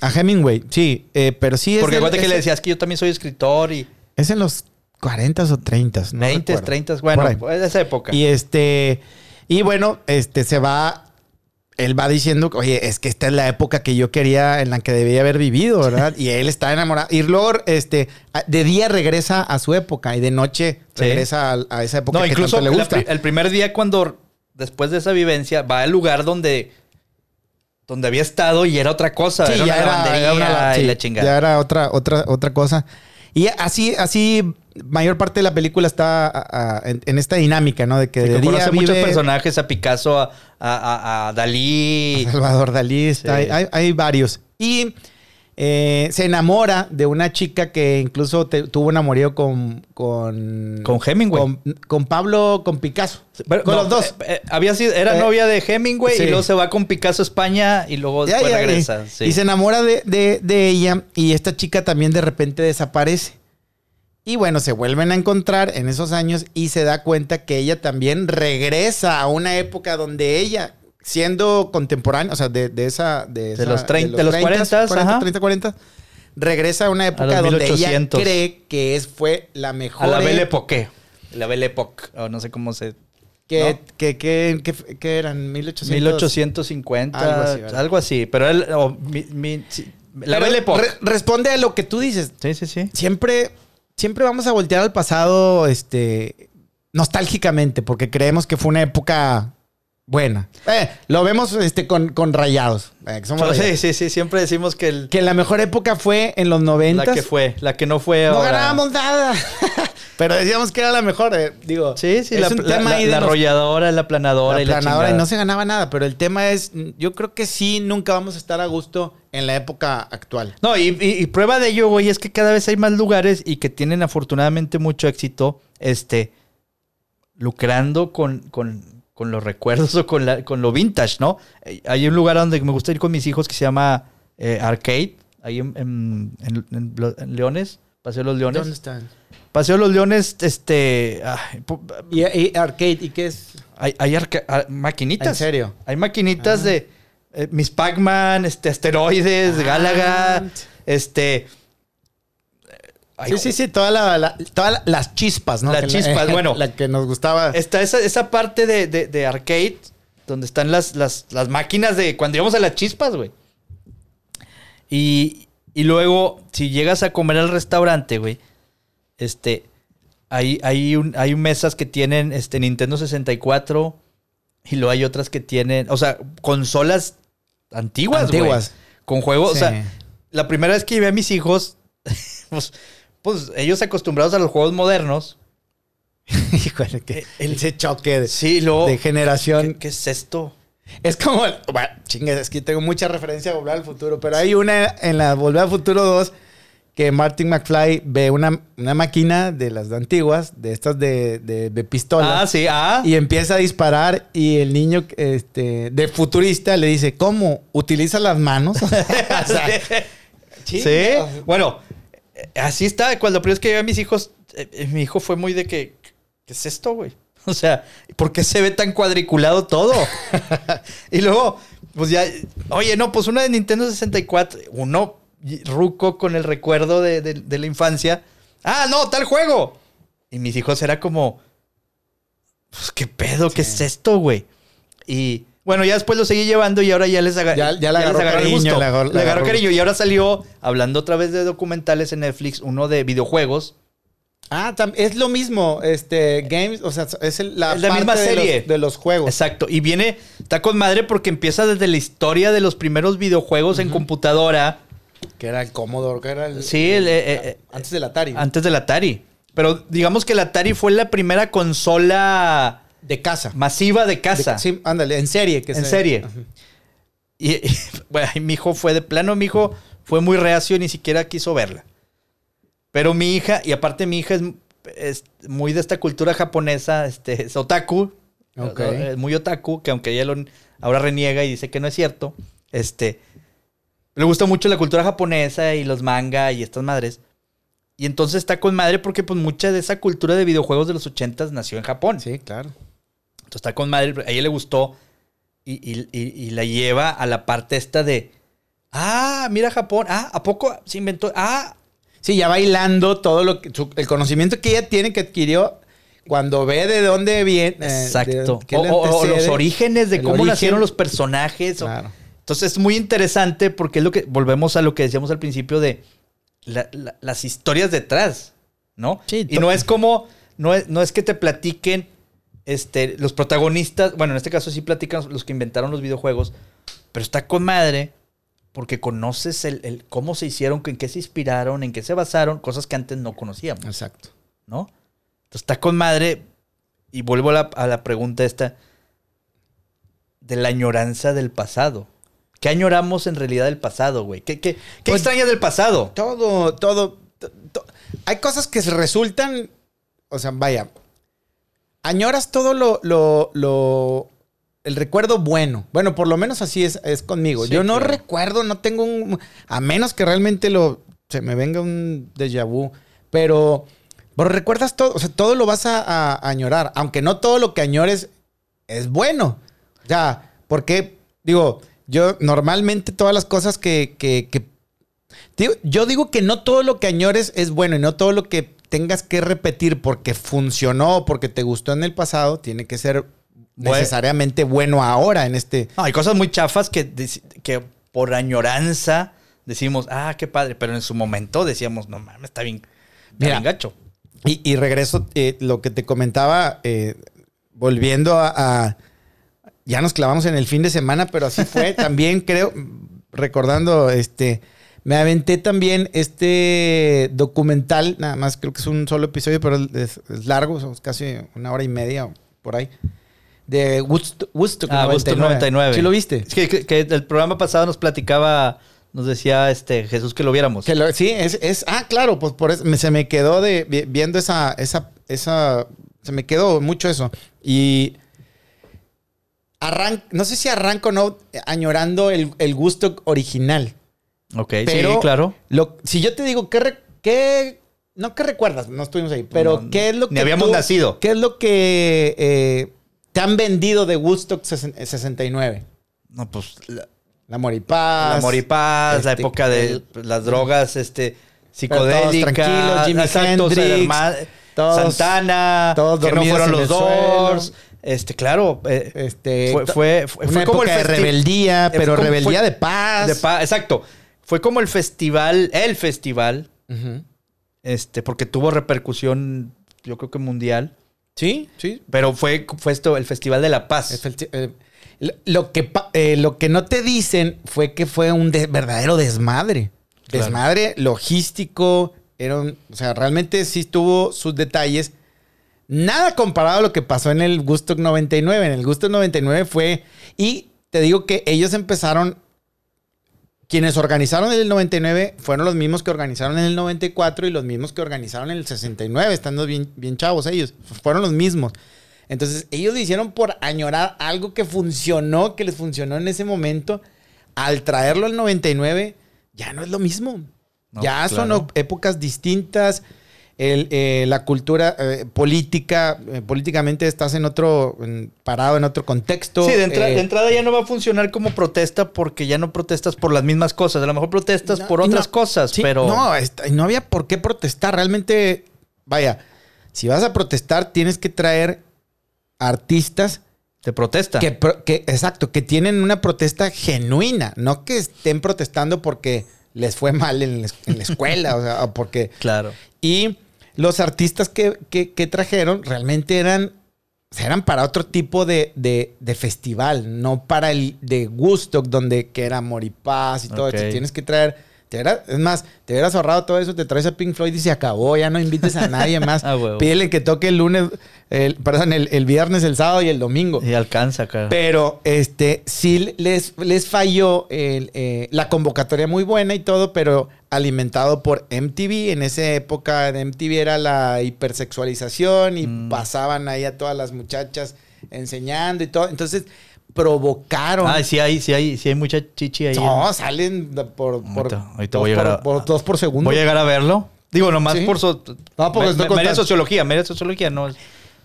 Speaker 2: A Hemingway, sí, eh, pero sí es.
Speaker 1: Porque
Speaker 2: el-
Speaker 1: acuérdate que
Speaker 2: es-
Speaker 1: le decías que yo también soy escritor y
Speaker 2: Es en los 40 o 30, no
Speaker 1: 20,
Speaker 2: recuerdo.
Speaker 1: 30, bueno,
Speaker 2: Por ahí.
Speaker 1: pues, esa época.
Speaker 2: Y este, y bueno, este se va. Él va diciendo, oye, es que esta es la época que yo quería, en la que debía haber vivido, ¿verdad? Y él está enamorado. Y luego, este, a- de día regresa a su época y de noche
Speaker 1: Sí.
Speaker 2: regresa a, a esa época
Speaker 1: no,
Speaker 2: que
Speaker 1: incluso
Speaker 2: tanto le
Speaker 1: la
Speaker 2: gusta.
Speaker 1: pri- el primer día cuando, después de esa vivencia, va al lugar donde, donde había estado y era otra cosa.
Speaker 2: Sí,
Speaker 1: era
Speaker 2: ya
Speaker 1: una
Speaker 2: era,
Speaker 1: lavandería
Speaker 2: era una la-
Speaker 1: y
Speaker 2: sí,
Speaker 1: la chingada.
Speaker 2: ya era otra, otra, otra cosa. Y así, así, mayor parte de la película está a- a- en, en esta dinámica, ¿no? De que
Speaker 1: Sí,
Speaker 2: de
Speaker 1: que
Speaker 2: día
Speaker 1: conoce
Speaker 2: vive
Speaker 1: muchos personajes, a Picasso, a, a- a- a Dalí.
Speaker 2: Salvador Dalí, está-
Speaker 1: Sí.
Speaker 2: hay, hay varios. Y eh, se enamora de una chica que incluso te- tuvo un amorío con... Con,
Speaker 1: Con Hemingway.
Speaker 2: Con, con Pablo, con Picasso.
Speaker 1: Pero,
Speaker 2: con
Speaker 1: no,
Speaker 2: los dos.
Speaker 1: eh, eh, había sido, era
Speaker 2: Eh,
Speaker 1: novia de Hemingway
Speaker 2: sí.
Speaker 1: y luego se va con Picasso a España y luego
Speaker 2: Ya,
Speaker 1: después
Speaker 2: ya,
Speaker 1: regresa.
Speaker 2: y-
Speaker 1: sí.
Speaker 2: Y se enamora de, de- de ella y esta chica también de repente desaparece. Y bueno, se vuelven a encontrar en esos años y se da cuenta que ella también regresa a una época donde ella, siendo contemporánea, o sea, de, de esa... De, esa-
Speaker 1: los 30, de los 40s,
Speaker 2: 40,
Speaker 1: ajá.
Speaker 2: 30, 40, regresa a una época
Speaker 1: los
Speaker 2: donde ella
Speaker 1: 1800.
Speaker 2: cree que es, fue la
Speaker 1: a
Speaker 2: mejor... eh,
Speaker 1: la Belle
Speaker 2: época
Speaker 1: Époque. La Belle Époque, o no sé cómo se...
Speaker 2: que,
Speaker 1: ¿no?
Speaker 2: que, que, que- que eran 1800.
Speaker 1: 1850,
Speaker 2: Algo
Speaker 1: algo
Speaker 2: así,
Speaker 1: así.
Speaker 2: ¿verdad?
Speaker 1: pero él... o mi- mi- sí, la
Speaker 2: Pero
Speaker 1: Belle Époque.
Speaker 2: re- responde a lo que tú dices.
Speaker 1: Sí, sí, sí.
Speaker 2: siempre, siempre vamos a voltear al pasado, este, nostálgicamente, porque creemos que fue una época buena. Eh, lo vemos, este, con, con rayados. eh, que somos
Speaker 1: Pero sí,
Speaker 2: rayados.
Speaker 1: sí, sí, siempre decimos que, el-
Speaker 2: Que la mejor época fue en los
Speaker 1: la
Speaker 2: noventas.
Speaker 1: que fue, la que no fue
Speaker 2: No
Speaker 1: ahora.
Speaker 2: ganábamos nada. Pero decíamos que era la mejor. eh, digo,
Speaker 1: Sí, sí,
Speaker 2: es
Speaker 1: la,
Speaker 2: un
Speaker 1: la-
Speaker 2: tema
Speaker 1: la-
Speaker 2: ahí de
Speaker 1: la
Speaker 2: nos-
Speaker 1: arrolladora, la planadora
Speaker 2: la
Speaker 1: y la
Speaker 2: planadora y
Speaker 1: chingada.
Speaker 2: no se ganaba nada. Pero el tema es, mm, yo creo que sí, nunca vamos a estar a gusto en la época actual.
Speaker 1: No, y, y- y prueba de ello, güey, es que cada vez hay más lugares y que tienen afortunadamente mucho éxito, este, lucrando con, con- con los recuerdos o con, la- con lo vintage, ¿no? Eh, Hay un lugar a donde me gusta ir con mis hijos que se llama eh, Arcade, ahí en, en- en- en Lo- en Leones, Paseo de los Leones.
Speaker 2: ¿Dónde están?
Speaker 1: Paseo de los Leones, este, ay, po-
Speaker 2: Y, y arcade, ¿y qué es?
Speaker 1: hay, hay arca- ah, maquinitas.
Speaker 2: ¿En serio?
Speaker 1: Hay maquinitas
Speaker 2: Ah.
Speaker 1: de eh, Miss Pac-Man, este, asteroides,
Speaker 2: Ah.
Speaker 1: Gálaga, este... ay,
Speaker 2: sí, sí, sí, todas la, la- toda la- las chispas, ¿no?
Speaker 1: Las
Speaker 2: Que la-
Speaker 1: chispas, bueno.
Speaker 2: La que nos gustaba.
Speaker 1: Está esa, esa parte de, de- de arcade donde están las, las, las máquinas de cuando íbamos a las chispas, güey. Y, y luego, si llegas a comer al restaurante, güey, este, hay, hay, un- hay mesas que tienen este, Nintendo 64 y luego hay otras que tienen, o sea, consolas antiguas, güey.
Speaker 2: Antiguas.
Speaker 1: Con juegos,
Speaker 2: Sí.
Speaker 1: o sea, la primera vez que llevé a mis hijos, pues, pues ellos acostumbrados a los juegos modernos.
Speaker 2: Híjole, que
Speaker 1: eh, El-
Speaker 2: ese choque de,
Speaker 1: Sí, luego...
Speaker 2: de generación.
Speaker 1: ¿Qué, qué es esto?
Speaker 2: Es como, el- bueno, chingues, es que tengo mucha referencia a Volver al Futuro, pero hay una en la Volver al Futuro 2 que Martin McFly ve una, una máquina de las antiguas, de estas de, de, de pistola.
Speaker 1: Ah, sí, ah.
Speaker 2: Y empieza a disparar y el niño este, de futurista le dice, ¿cómo? ¿Utiliza las manos? O sea,
Speaker 1: sí.
Speaker 2: chingas.
Speaker 1: Bueno, eh, así está. Cuando primero es que llevé a mis hijos, eh, eh, mi hijo fue muy de que, ¿qué es esto, güey? O sea, ¿por qué se ve tan cuadriculado todo? y luego, pues ya, oye, no, pues una de Nintendo 64, uno y- ruco con el recuerdo de, de- de la infancia. Ah, no, tal juego. Y mis hijos era como, pues qué pedo, qué es esto, güey. Y bueno, ya después lo seguí llevando y ahora ya les, aga-
Speaker 2: Ya- ya le agarró
Speaker 1: agarré
Speaker 2: cariño,
Speaker 1: gusto.
Speaker 2: le agarró- le
Speaker 1: Le agarró
Speaker 2: agarró
Speaker 1: cariño. Y ahora salió, hablando otra vez de documentales en Netflix, uno de videojuegos.
Speaker 2: Ah, tam- es lo mismo, este, games, o sea, es el- la,
Speaker 1: Es la misma
Speaker 2: de los- De
Speaker 1: serie.
Speaker 2: los, juegos.
Speaker 1: Exacto. Y viene, está con madre porque empieza desde la historia de los primeros videojuegos en computadora.
Speaker 2: Que era el Commodore, que era el...
Speaker 1: Sí, el, eh, eh, eh,
Speaker 2: antes del Atari.
Speaker 1: antes del Atari. Pero digamos que el Atari fue la primera consola
Speaker 2: de casa.
Speaker 1: masiva de casa.
Speaker 2: De- sí, ándale, en serie. Que
Speaker 1: En serie.
Speaker 2: Ajá.
Speaker 1: Y, y, bueno, y mi hijo fue de plano, mi hijo fue muy reacio y ni siquiera quiso verla. Pero mi hija, y aparte mi hija es, es muy de esta cultura japonesa, este, es otaku,
Speaker 2: Ok.
Speaker 1: eh, muy otaku, que aunque ella lo- ahora reniega y dice que no es cierto, este, le gusta mucho la cultura japonesa y los manga y estas madres. Y entonces está con madre porque pues mucha de esa cultura de videojuegos de los ochentas nació en Japón.
Speaker 2: Sí, claro.
Speaker 1: Entonces está con madre, a ella le gustó y, y- y- y la lleva a la parte esta de, Ah, mira Japón. Ah, ¿a poco se inventó? Ah,
Speaker 2: Sí, ya bailando todo lo que, su- el conocimiento que ella tiene que adquirió cuando ve de dónde viene. eh, de
Speaker 1: exacto.
Speaker 2: qué
Speaker 1: o,
Speaker 2: le
Speaker 1: o- o
Speaker 2: antecede.
Speaker 1: los orígenes de
Speaker 2: El
Speaker 1: cómo
Speaker 2: origen.
Speaker 1: nacieron los personajes. o-
Speaker 2: Claro.
Speaker 1: Entonces es muy interesante porque es lo que volvemos a lo que decíamos al principio de la- la- las historias detrás, ¿no?
Speaker 2: Sí,
Speaker 1: y no es como no es, no es que te platiquen este los protagonistas, bueno, en este caso sí platican los que inventaron los videojuegos, pero está con madre porque conoces el, el cómo se hicieron, en qué se inspiraron, en qué se basaron, cosas que antes no conocíamos.
Speaker 2: Exacto.
Speaker 1: ¿no? Entonces está con madre. Y vuelvo a la, a la pregunta esta de la añoranza del pasado. ¿Qué añoramos en realidad del pasado, güey? ¿Qué, qué, qué
Speaker 2: Pues-
Speaker 1: extrañas del pasado?
Speaker 2: Todo, todo. to- to- Hay cosas que resultan. O sea, vaya. Añoras todo lo. lo, lo- el recuerdo bueno. Bueno, por lo menos así es, es conmigo.
Speaker 1: Sí,
Speaker 2: Yo no
Speaker 1: claro.
Speaker 2: recuerdo, no tengo un. A menos que realmente lo. Se me venga un déjà vu. Pero. Pero recuerdas todo. O sea, todo lo vas a, a- a añorar. Aunque no todo lo que añores es bueno. Ya, porque, digo, yo normalmente todas las cosas que, que- que- digo, yo digo que no todo lo que añores es bueno y no todo lo que tengas que repetir porque funcionó, porque te gustó en el pasado, tiene que ser
Speaker 1: Bueno.
Speaker 2: necesariamente bueno ahora en este...
Speaker 1: No, hay cosas muy chafas que, dec- que por añoranza decimos, ah, qué padre. Pero en su momento decíamos, no mames, está bien, está
Speaker 2: Mira.
Speaker 1: bien gacho.
Speaker 2: Y, y regreso, eh, lo que te comentaba, eh, volviendo a, a- Ya nos clavamos en el fin de semana, pero así fue. también creo, mm, recordando, este... Me aventé también este documental, nada más creo que es un solo episodio, pero es, es largo, son casi una hora y media o por ahí, de Woodstock, Woodstock
Speaker 1: Ah, Gusto 99.
Speaker 2: ¿Sí lo viste?
Speaker 1: Es que, que- que el programa pasado nos platicaba, nos decía este Jesús que lo viéramos.
Speaker 2: Que lo- sí, es, es- Ah, claro, pues por eso me- se me quedó de vi- viendo esa, esa, esa. Se me quedó mucho eso. Y. Arran, no sé si arranco o no añorando el, el gusto original.
Speaker 1: ok, sí,
Speaker 2: pero-
Speaker 1: claro.
Speaker 2: Lo, si yo te digo, ¿qué, re- qué- No, ¿qué recuerdas? No estuvimos ahí. Pero,
Speaker 1: No,
Speaker 2: ¿qué es lo que.
Speaker 1: ni habíamos
Speaker 2: tú-
Speaker 1: nacido.
Speaker 2: ¿Qué es lo que eh, te han vendido de Woodstock sesen- 69?
Speaker 1: No, pues la-
Speaker 2: La Moripaz.
Speaker 1: La Moripaz, la
Speaker 2: este,
Speaker 1: época de
Speaker 2: el-
Speaker 1: las drogas, este,
Speaker 2: Pero todos tranquilos,
Speaker 1: psicodélicas,
Speaker 2: Jimi
Speaker 1: o sea,
Speaker 2: Hendrix,
Speaker 1: ma-
Speaker 2: todos-
Speaker 1: Santana,
Speaker 2: todos
Speaker 1: que no
Speaker 2: dormidos
Speaker 1: fueron
Speaker 2: en
Speaker 1: los
Speaker 2: el
Speaker 1: Doors,
Speaker 2: suelo.
Speaker 1: este, claro, eh,
Speaker 2: Este,
Speaker 1: fue,
Speaker 2: to-
Speaker 1: fue, fue-
Speaker 2: Una
Speaker 1: fue como el
Speaker 2: época de
Speaker 1: festi-
Speaker 2: rebeldía,
Speaker 1: eh,
Speaker 2: pero
Speaker 1: fue-
Speaker 2: rebeldía
Speaker 1: fue-
Speaker 2: de paz.
Speaker 1: de pa- exacto, fue como el festival, el festival,
Speaker 2: Ujú.
Speaker 1: este, porque tuvo repercusión, yo creo que mundial,
Speaker 2: Sí, sí.
Speaker 1: pero fue, fue esto, el festival de la paz.
Speaker 2: Es el ti- eh, lo- lo, que, pa- eh, lo que no te dicen fue que fue un de- verdadero desmadre.
Speaker 1: Claro.
Speaker 2: Desmadre logístico. Era un- o sea, realmente sí tuvo sus detalles. Nada comparado a lo que pasó en el Gustock 99. En el Gustock 99 fue... Y te digo que ellos empezaron... Quienes organizaron el 99 fueron los mismos que organizaron en el 94 y los mismos que organizaron en el 69, estando bien, bien chavos ellos. Fueron los mismos. Entonces, ellos lo hicieron por añorar algo que funcionó, que les funcionó en ese momento. Al traerlo al 99, ya no es lo mismo.
Speaker 1: No,
Speaker 2: ya son
Speaker 1: claro.
Speaker 2: o- épocas distintas. El, eh, la cultura eh, política, eh, políticamente estás en otro, en- parado en otro contexto.
Speaker 1: Sí, de, entra-
Speaker 2: eh,
Speaker 1: de entrada ya no va a funcionar como protesta porque ya no protestas por las mismas cosas. A lo mejor protestas
Speaker 2: No,
Speaker 1: por
Speaker 2: y no-
Speaker 1: otras cosas,
Speaker 2: sí,
Speaker 1: pero.
Speaker 2: No, esta- no había por qué protestar. Realmente, vaya, si vas a protestar, tienes que traer artistas
Speaker 1: Te protesta.
Speaker 2: que, pro- que- exacto, que tienen una protesta genuina, no que estén protestando porque les fue mal en la, es- en la escuela, o sea, o porque...
Speaker 1: Claro.
Speaker 2: Y los artistas que, que- que trajeron realmente eran, o sea, eran para otro tipo de, de- de festival, no para el de Gustock, donde que era Moripaz y todo
Speaker 1: Ok.
Speaker 2: eso. Tienes que traer... te hubieras- es más, te hubieras ahorrado todo eso, te traes a Pink Floyd y se acabó, ya no invites a nadie más.
Speaker 1: Ah, huevo.
Speaker 2: Pídele que toque el lunes, el, perdón, el, el viernes, el sábado y el domingo.
Speaker 1: Y alcanza, cara.
Speaker 2: Pero este sí les, les falló el, eh, la convocatoria muy buena y todo, pero alimentado por MTV. En esa época de MTV era la hipersexualización y
Speaker 1: Mm.
Speaker 2: pasaban ahí a todas las muchachas enseñando y todo. Entonces provocaron.
Speaker 1: Ah, sí hay, sí hay, sí hay mucha chichi ahí.
Speaker 2: no, salen de- por, por,
Speaker 1: Ahorita- ahorita
Speaker 2: dos
Speaker 1: voy a
Speaker 2: por-
Speaker 1: llegar a-
Speaker 2: por- dos por segundo.
Speaker 1: Voy a llegar a verlo. Digo, nomás
Speaker 2: Sí.
Speaker 1: por. So
Speaker 2: No, porque
Speaker 1: me-
Speaker 2: estoy
Speaker 1: me- mera
Speaker 2: contando.
Speaker 1: sociología, mera sociología, no.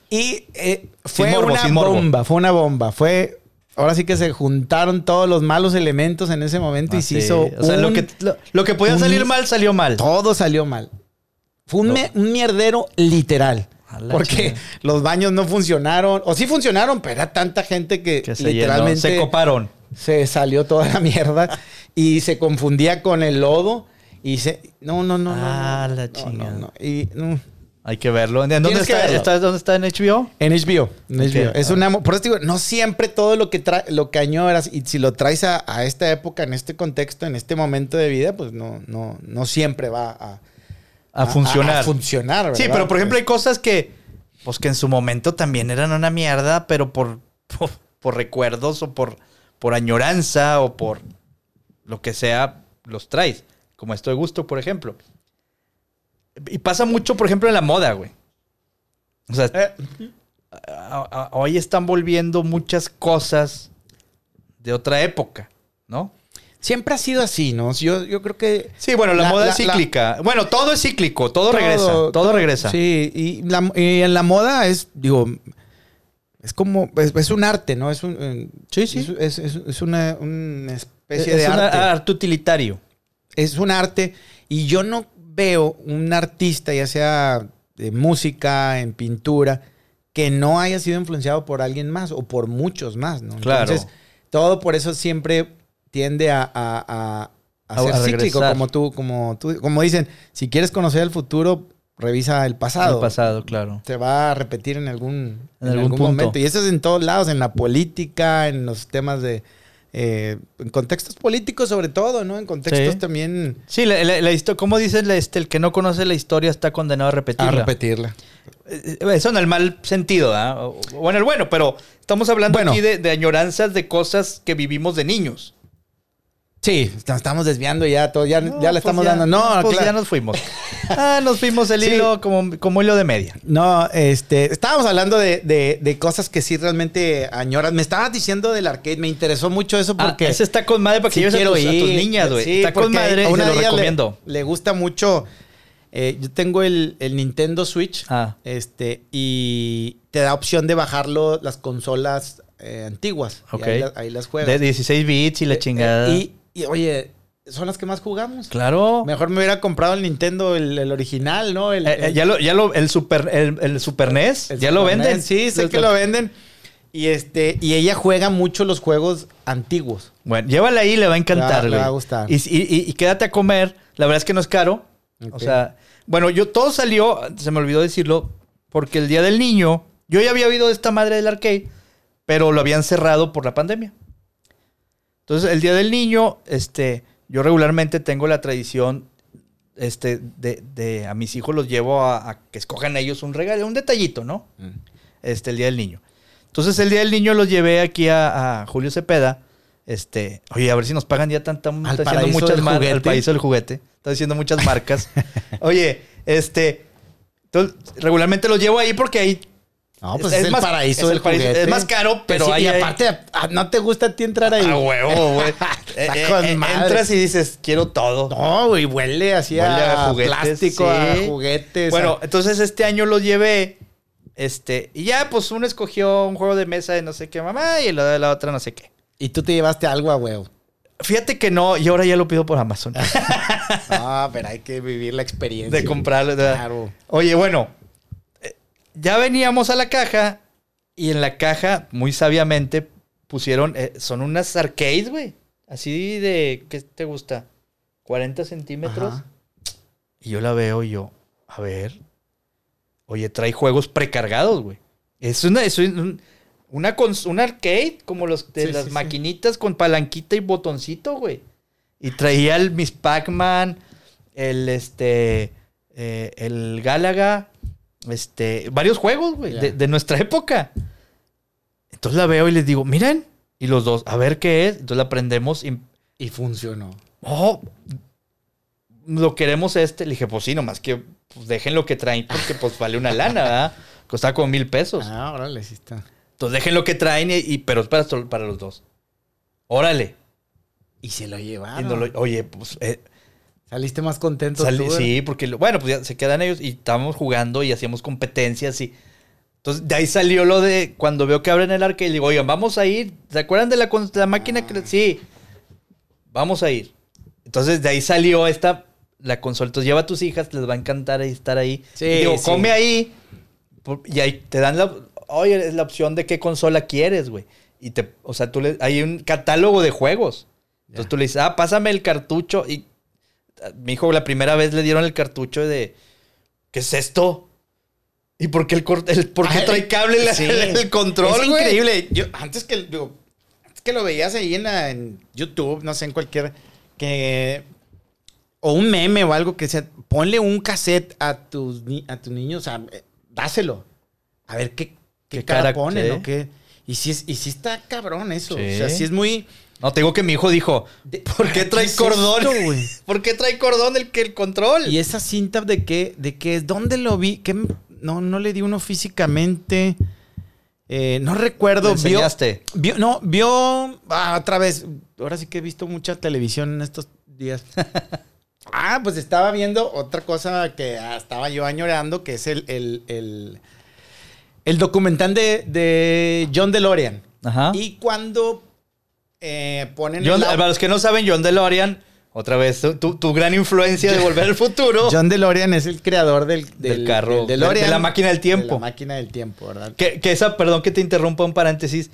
Speaker 2: Y eh, fue
Speaker 1: morbo,
Speaker 2: una
Speaker 1: sin morbo.
Speaker 2: bomba, fue una bomba. Fue Ahora sí que se juntaron todos los malos elementos en ese momento y se hizo.
Speaker 1: Ah, O sea, lo
Speaker 2: un-
Speaker 1: que, lo, lo que podía
Speaker 2: un-
Speaker 1: salir mal, salió mal.
Speaker 2: Todo salió mal. Fue un,
Speaker 1: No.
Speaker 2: me- un mierdero literal.
Speaker 1: A la
Speaker 2: Porque
Speaker 1: chingada.
Speaker 2: los baños no funcionaron. O sí funcionaron, pero era tanta gente que,
Speaker 1: Que se
Speaker 2: literalmente
Speaker 1: llenó, se coparon.
Speaker 2: se salió toda la mierda y se confundía con el lodo. Y se. No, no, no. no,
Speaker 1: Ah,
Speaker 2: no,
Speaker 1: la
Speaker 2: no, no,
Speaker 1: chingada.
Speaker 2: no. Y, mm, no.
Speaker 1: Hay que verlo. ¿En dónde
Speaker 2: Tienes que
Speaker 1: está,
Speaker 2: verlo.
Speaker 1: está- ¿Dónde está en HBO?
Speaker 2: En HBO. en
Speaker 1: Ok,
Speaker 2: HBO. Es
Speaker 1: ah.
Speaker 2: una, mo- por eso te digo, no siempre todo lo que, tra- lo que añoras, y si lo traes a, a esta época, en este contexto, en este momento de vida, pues no, no, no siempre va a,
Speaker 1: A funcionar.
Speaker 2: Ah, A, funcionar,
Speaker 1: sí,
Speaker 2: ¿verdad?
Speaker 1: pero por ejemplo hay cosas que, pues que en su momento también eran una mierda, pero por, por, por recuerdos o por, por añoranza o por lo que sea, los traes. Como esto de gusto, por ejemplo. Y pasa mucho, por ejemplo, en la moda, güey. O sea, a- a- hoy están volviendo muchas cosas de otra época, ¿no?
Speaker 2: Siempre ha sido así, ¿no? Yo, yo creo que.
Speaker 1: Sí, bueno, la,
Speaker 2: La-
Speaker 1: moda
Speaker 2: la-
Speaker 1: es cíclica. Bueno, todo es cíclico, todo, regresa, todo regresa.
Speaker 2: Sí, y, la- y en la moda es, digo, es como. Es, es un arte, ¿no? Es un. eh,
Speaker 1: Sí, sí.
Speaker 2: Es, es- es una, una
Speaker 1: Es, ah,
Speaker 2: especie de
Speaker 1: un
Speaker 2: arte.
Speaker 1: arte utilitario.
Speaker 2: es un arte y yo no veo un artista, ya sea de música, en pintura, que no haya sido influenciado por alguien más o por muchos más, ¿no?
Speaker 1: Claro.
Speaker 2: todo por eso siempre tiende a, a- a- a
Speaker 1: A-
Speaker 2: ser
Speaker 1: a
Speaker 2: cíclico,
Speaker 1: regresar.
Speaker 2: como tú, como tú, como dicen, si quieres conocer el futuro, revisa el pasado.
Speaker 1: El pasado, claro.
Speaker 2: Se va a repetir en algún,
Speaker 1: En algún punto.
Speaker 2: momento. Y eso es en todos lados, en la política, en los temas de... eh, en contextos políticos sobre todo, ¿no? En contextos
Speaker 1: Sí.
Speaker 2: también...
Speaker 1: Sí, la, la- la histo- ¿cómo dicen? la- este, el que no conoce la historia está condenado a repetirla.
Speaker 2: A repetirla.
Speaker 1: Eh, Eso en el mal sentido, ¿ah? O- O en el bueno, pero estamos hablando
Speaker 2: Bueno.
Speaker 1: aquí de, de añoranzas de cosas que vivimos de niños.
Speaker 2: Sí, nos estamos desviando ya todo, ya,
Speaker 1: No,
Speaker 2: ya
Speaker 1: pues
Speaker 2: la estamos dando. No,
Speaker 1: pues
Speaker 2: claro.
Speaker 1: ya nos fuimos. Ah, nos fuimos el
Speaker 2: Sí.
Speaker 1: hilo como, como hilo de media.
Speaker 2: No, este, estábamos hablando de, de- de cosas que sí realmente añoras. Me estabas diciendo del arcade, me interesó mucho eso porque
Speaker 1: Ah, ese está con madre para que
Speaker 2: sí
Speaker 1: lleves a tus, a tus
Speaker 2: ir.
Speaker 1: niñas, güey.
Speaker 2: Sí,
Speaker 1: está con
Speaker 2: porque
Speaker 1: madre
Speaker 2: a
Speaker 1: y
Speaker 2: una
Speaker 1: se lo
Speaker 2: de ellas le-
Speaker 1: recomiendo.
Speaker 2: Le, gusta mucho. eh, yo tengo el, el Nintendo Switch.
Speaker 1: Ah.
Speaker 2: Este, y te da opción de bajarlo las consolas eh, antiguas. Y
Speaker 1: Ok.
Speaker 2: ahí, la- ahí las juegas.
Speaker 1: De 16 bits y la chingada.
Speaker 2: Eh, y, y, oye, son las que más jugamos.
Speaker 1: claro.
Speaker 2: Mejor me hubiera comprado el Nintendo, el, el original, ¿no? El,
Speaker 1: Oh. Eh, eh, ya lo, ya lo, el super, el, el super NES,
Speaker 2: el
Speaker 1: ya lo
Speaker 2: Super
Speaker 1: venden. pues,
Speaker 2: NES. Sí, sé que lo venden. Y este, y ella juega mucho los juegos antiguos.
Speaker 1: Bueno, llévala ahí, le va a encantar,
Speaker 2: Le va- le
Speaker 1: güey.
Speaker 2: va a gustar.
Speaker 1: Y, y- y- y quédate a comer. La verdad es que no es caro. O
Speaker 2: Ok.
Speaker 1: sea, bueno, yo todo salió, se me olvidó decirlo, porque el día del niño, yo ya había oído de esta madre del arcade, pero lo habían cerrado por la pandemia. Entonces, el día del niño, este, yo regularmente tengo la tradición, este, de, de- a mis hijos los llevo a, a que escojan ellos un regalo, un detallito, ¿no? este, el Día del Niño. Entonces, el Día del Niño los llevé aquí a, a Julio Cepeda. Este, oye, a ver si nos pagan ya tanta. Está haciendo
Speaker 2: paraíso
Speaker 1: muchas
Speaker 2: del
Speaker 1: mar-
Speaker 2: juguete.
Speaker 1: Al paraíso del juguete. Está haciendo muchas marcas. oye, este. entonces, regularmente los llevo ahí porque ahí.
Speaker 2: No, pues es, el
Speaker 1: más-
Speaker 2: paraíso
Speaker 1: es el
Speaker 2: del
Speaker 1: paraíso-
Speaker 2: juguete.
Speaker 1: Es más caro, pero
Speaker 2: Sí,
Speaker 1: ahí.
Speaker 2: y
Speaker 1: hay-
Speaker 2: aparte, ah, no te gusta a ti entrar ahí.
Speaker 1: a huevo, güey. Eh, eh,
Speaker 2: con
Speaker 1: eh,
Speaker 2: madre.
Speaker 1: entras y dices, quiero todo.
Speaker 2: No, güey, huele así a,
Speaker 1: Huele a juguetes,
Speaker 2: plástico,
Speaker 1: sí.
Speaker 2: a juguetes.
Speaker 1: Bueno,
Speaker 2: a-
Speaker 1: entonces este año los llevé. Este, y ya, pues uno escogió un juego de mesa de no sé qué mamá y la de la otra no sé qué.
Speaker 2: y tú te llevaste algo a huevo.
Speaker 1: Fíjate que no, y ahora ya lo pido por Amazon.
Speaker 2: Ah, pero hay que vivir la experiencia.
Speaker 1: de comprarlo. de-
Speaker 2: Claro.
Speaker 1: Oye, bueno, eh, ya veníamos a la caja y en la caja, muy sabiamente, pusieron, eh, son unas arcades, güey. Así de, ¿qué te gusta? 40 centímetros.
Speaker 2: Ajá.
Speaker 1: Y yo la veo y yo, a ver. Oye, trae juegos precargados, güey. Es una, es un- una, cons- un arcade como los de
Speaker 2: Sí,
Speaker 1: las
Speaker 2: sí, sí.
Speaker 1: maquinitas con palanquita y botoncito, güey. Y traía el Miss Pac-Man, el este, eh, el Galaga, este, varios juegos, güey,
Speaker 2: Ya.
Speaker 1: de, de nuestra época. Entonces la veo y les digo, miren, y los dos, a ver qué es. Entonces la prendemos y
Speaker 2: Y funcionó.
Speaker 1: Oh, lo queremos este. Le dije, pues sí, nomás que pues, dejen lo que traen, porque pues vale una lana, ¿verdad? Costaba como mil pesos.
Speaker 2: Ah, órale, sí está.
Speaker 1: Entonces dejen lo que traen, y, y- pero es para, sol- para los dos. Órale.
Speaker 2: Y se lo
Speaker 1: Y
Speaker 2: llevaron.
Speaker 1: no lo- oye, pues eh,
Speaker 2: Saliste más contento
Speaker 1: salí-
Speaker 2: tú, ¿verdad?
Speaker 1: sí, porque lo- bueno, pues ya se quedan ellos y estábamos jugando y hacíamos competencias y Entonces, de ahí salió lo de cuando veo que abren el arcade, digo, oigan, vamos a ir. ¿Se acuerdan de la, cons- la máquina? que- Sí, vamos a ir. Entonces, de ahí salió esta, la consola. Entonces, lleva a tus hijas, les va a encantar ahí- estar ahí.
Speaker 3: Sí,
Speaker 1: Y digo,
Speaker 3: sí.
Speaker 1: come ahí. por- Y ahí te dan la, oye, es la opción de qué consola quieres, güey. Y te, o sea, tú le, hay un catálogo de juegos. Entonces tú le dices, ah, pásame el cartucho. Y a mi hijo la primera vez le dieron el cartucho de, ¿qué es esto? ¿Y por qué, el, cor- el- por qué
Speaker 2: Ay,
Speaker 1: trae cable la-
Speaker 2: sí.
Speaker 1: el control,
Speaker 2: Es
Speaker 1: güey?
Speaker 2: increíble. Yo, antes que, digo, antes que lo veías ahí en, la- en YouTube, no sé, en cualquier. que O un meme o algo que sea. Ponle un cassette a tus, ni- a tus niños, o sea, eh, dáselo. A ver qué, qué,
Speaker 1: ¿Qué
Speaker 2: cara,
Speaker 1: cara-
Speaker 2: ponen
Speaker 1: sí?
Speaker 2: o qué. Y si, es, y si está cabrón eso.
Speaker 1: Sí.
Speaker 2: O sea, si es muy.
Speaker 1: No, te digo que mi hijo dijo, ¿por qué trae
Speaker 2: es
Speaker 1: cordón?
Speaker 2: esto, güey?
Speaker 1: ¿Por qué trae cordón el, que el control?
Speaker 2: Y esa cinta de qué, de qué es, dónde lo vi, ¿Qué m- no, no le di uno físicamente. Eh, no
Speaker 1: ¿Le
Speaker 2: recuerdo, vio,
Speaker 1: enseñaste?
Speaker 2: vio- no, vio ah, otra vez. Ahora sí que he visto mucha televisión en estos días. ah, pues estaba viendo otra cosa que ah, estaba yo añorando, que es el, el, el- el documental de, de John DeLorean.
Speaker 1: Ajá.
Speaker 2: Y cuando eh, ponen
Speaker 1: Ah. John-
Speaker 2: el au-
Speaker 1: para los que no saben, John DeLorean, otra vez, tu, tu- tu gran influencia de Volver al Futuro.
Speaker 2: John DeLorean es el creador del,
Speaker 1: Del carro,
Speaker 2: del DeLorean.
Speaker 1: de la máquina del tiempo.
Speaker 2: De la máquina del tiempo, ¿verdad?
Speaker 1: Que, que esa, perdón que te interrumpa un paréntesis,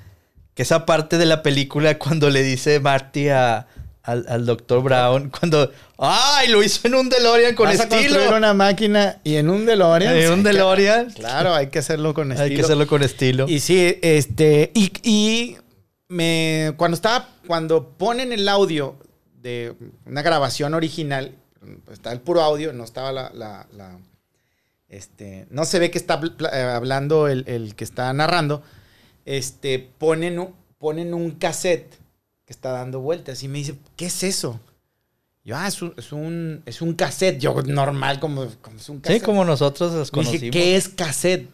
Speaker 1: que esa parte de la película cuando le dice Marty a- al, al doctor Brown, cuando, ¡ay! Lo hizo en un DeLorean con
Speaker 2: Vas a construir
Speaker 1: estilo.
Speaker 2: una máquina y en un DeLorean.
Speaker 1: En un
Speaker 2: Sí,
Speaker 1: DeLorean.
Speaker 2: Claro, hay que hacerlo con estilo.
Speaker 1: Hay que hacerlo con estilo.
Speaker 2: Y sí, este. Y, y me, cuando estaba. Cuando ponen el audio de una grabación original, pues, está el puro audio, no estaba la. la- la- este, no se ve que está pl- pla- eh, hablando el, el que está narrando. Este, ponen, un- ponen un cassette que está dando vueltas y me dice, ¿qué es eso? Yo, ah, es un, es un, es un cassette. Yo, normal, como, como es un
Speaker 1: sí,
Speaker 2: cassette.
Speaker 1: como nosotros los
Speaker 2: Dije,
Speaker 1: conocimos.
Speaker 2: ¿qué es cassette?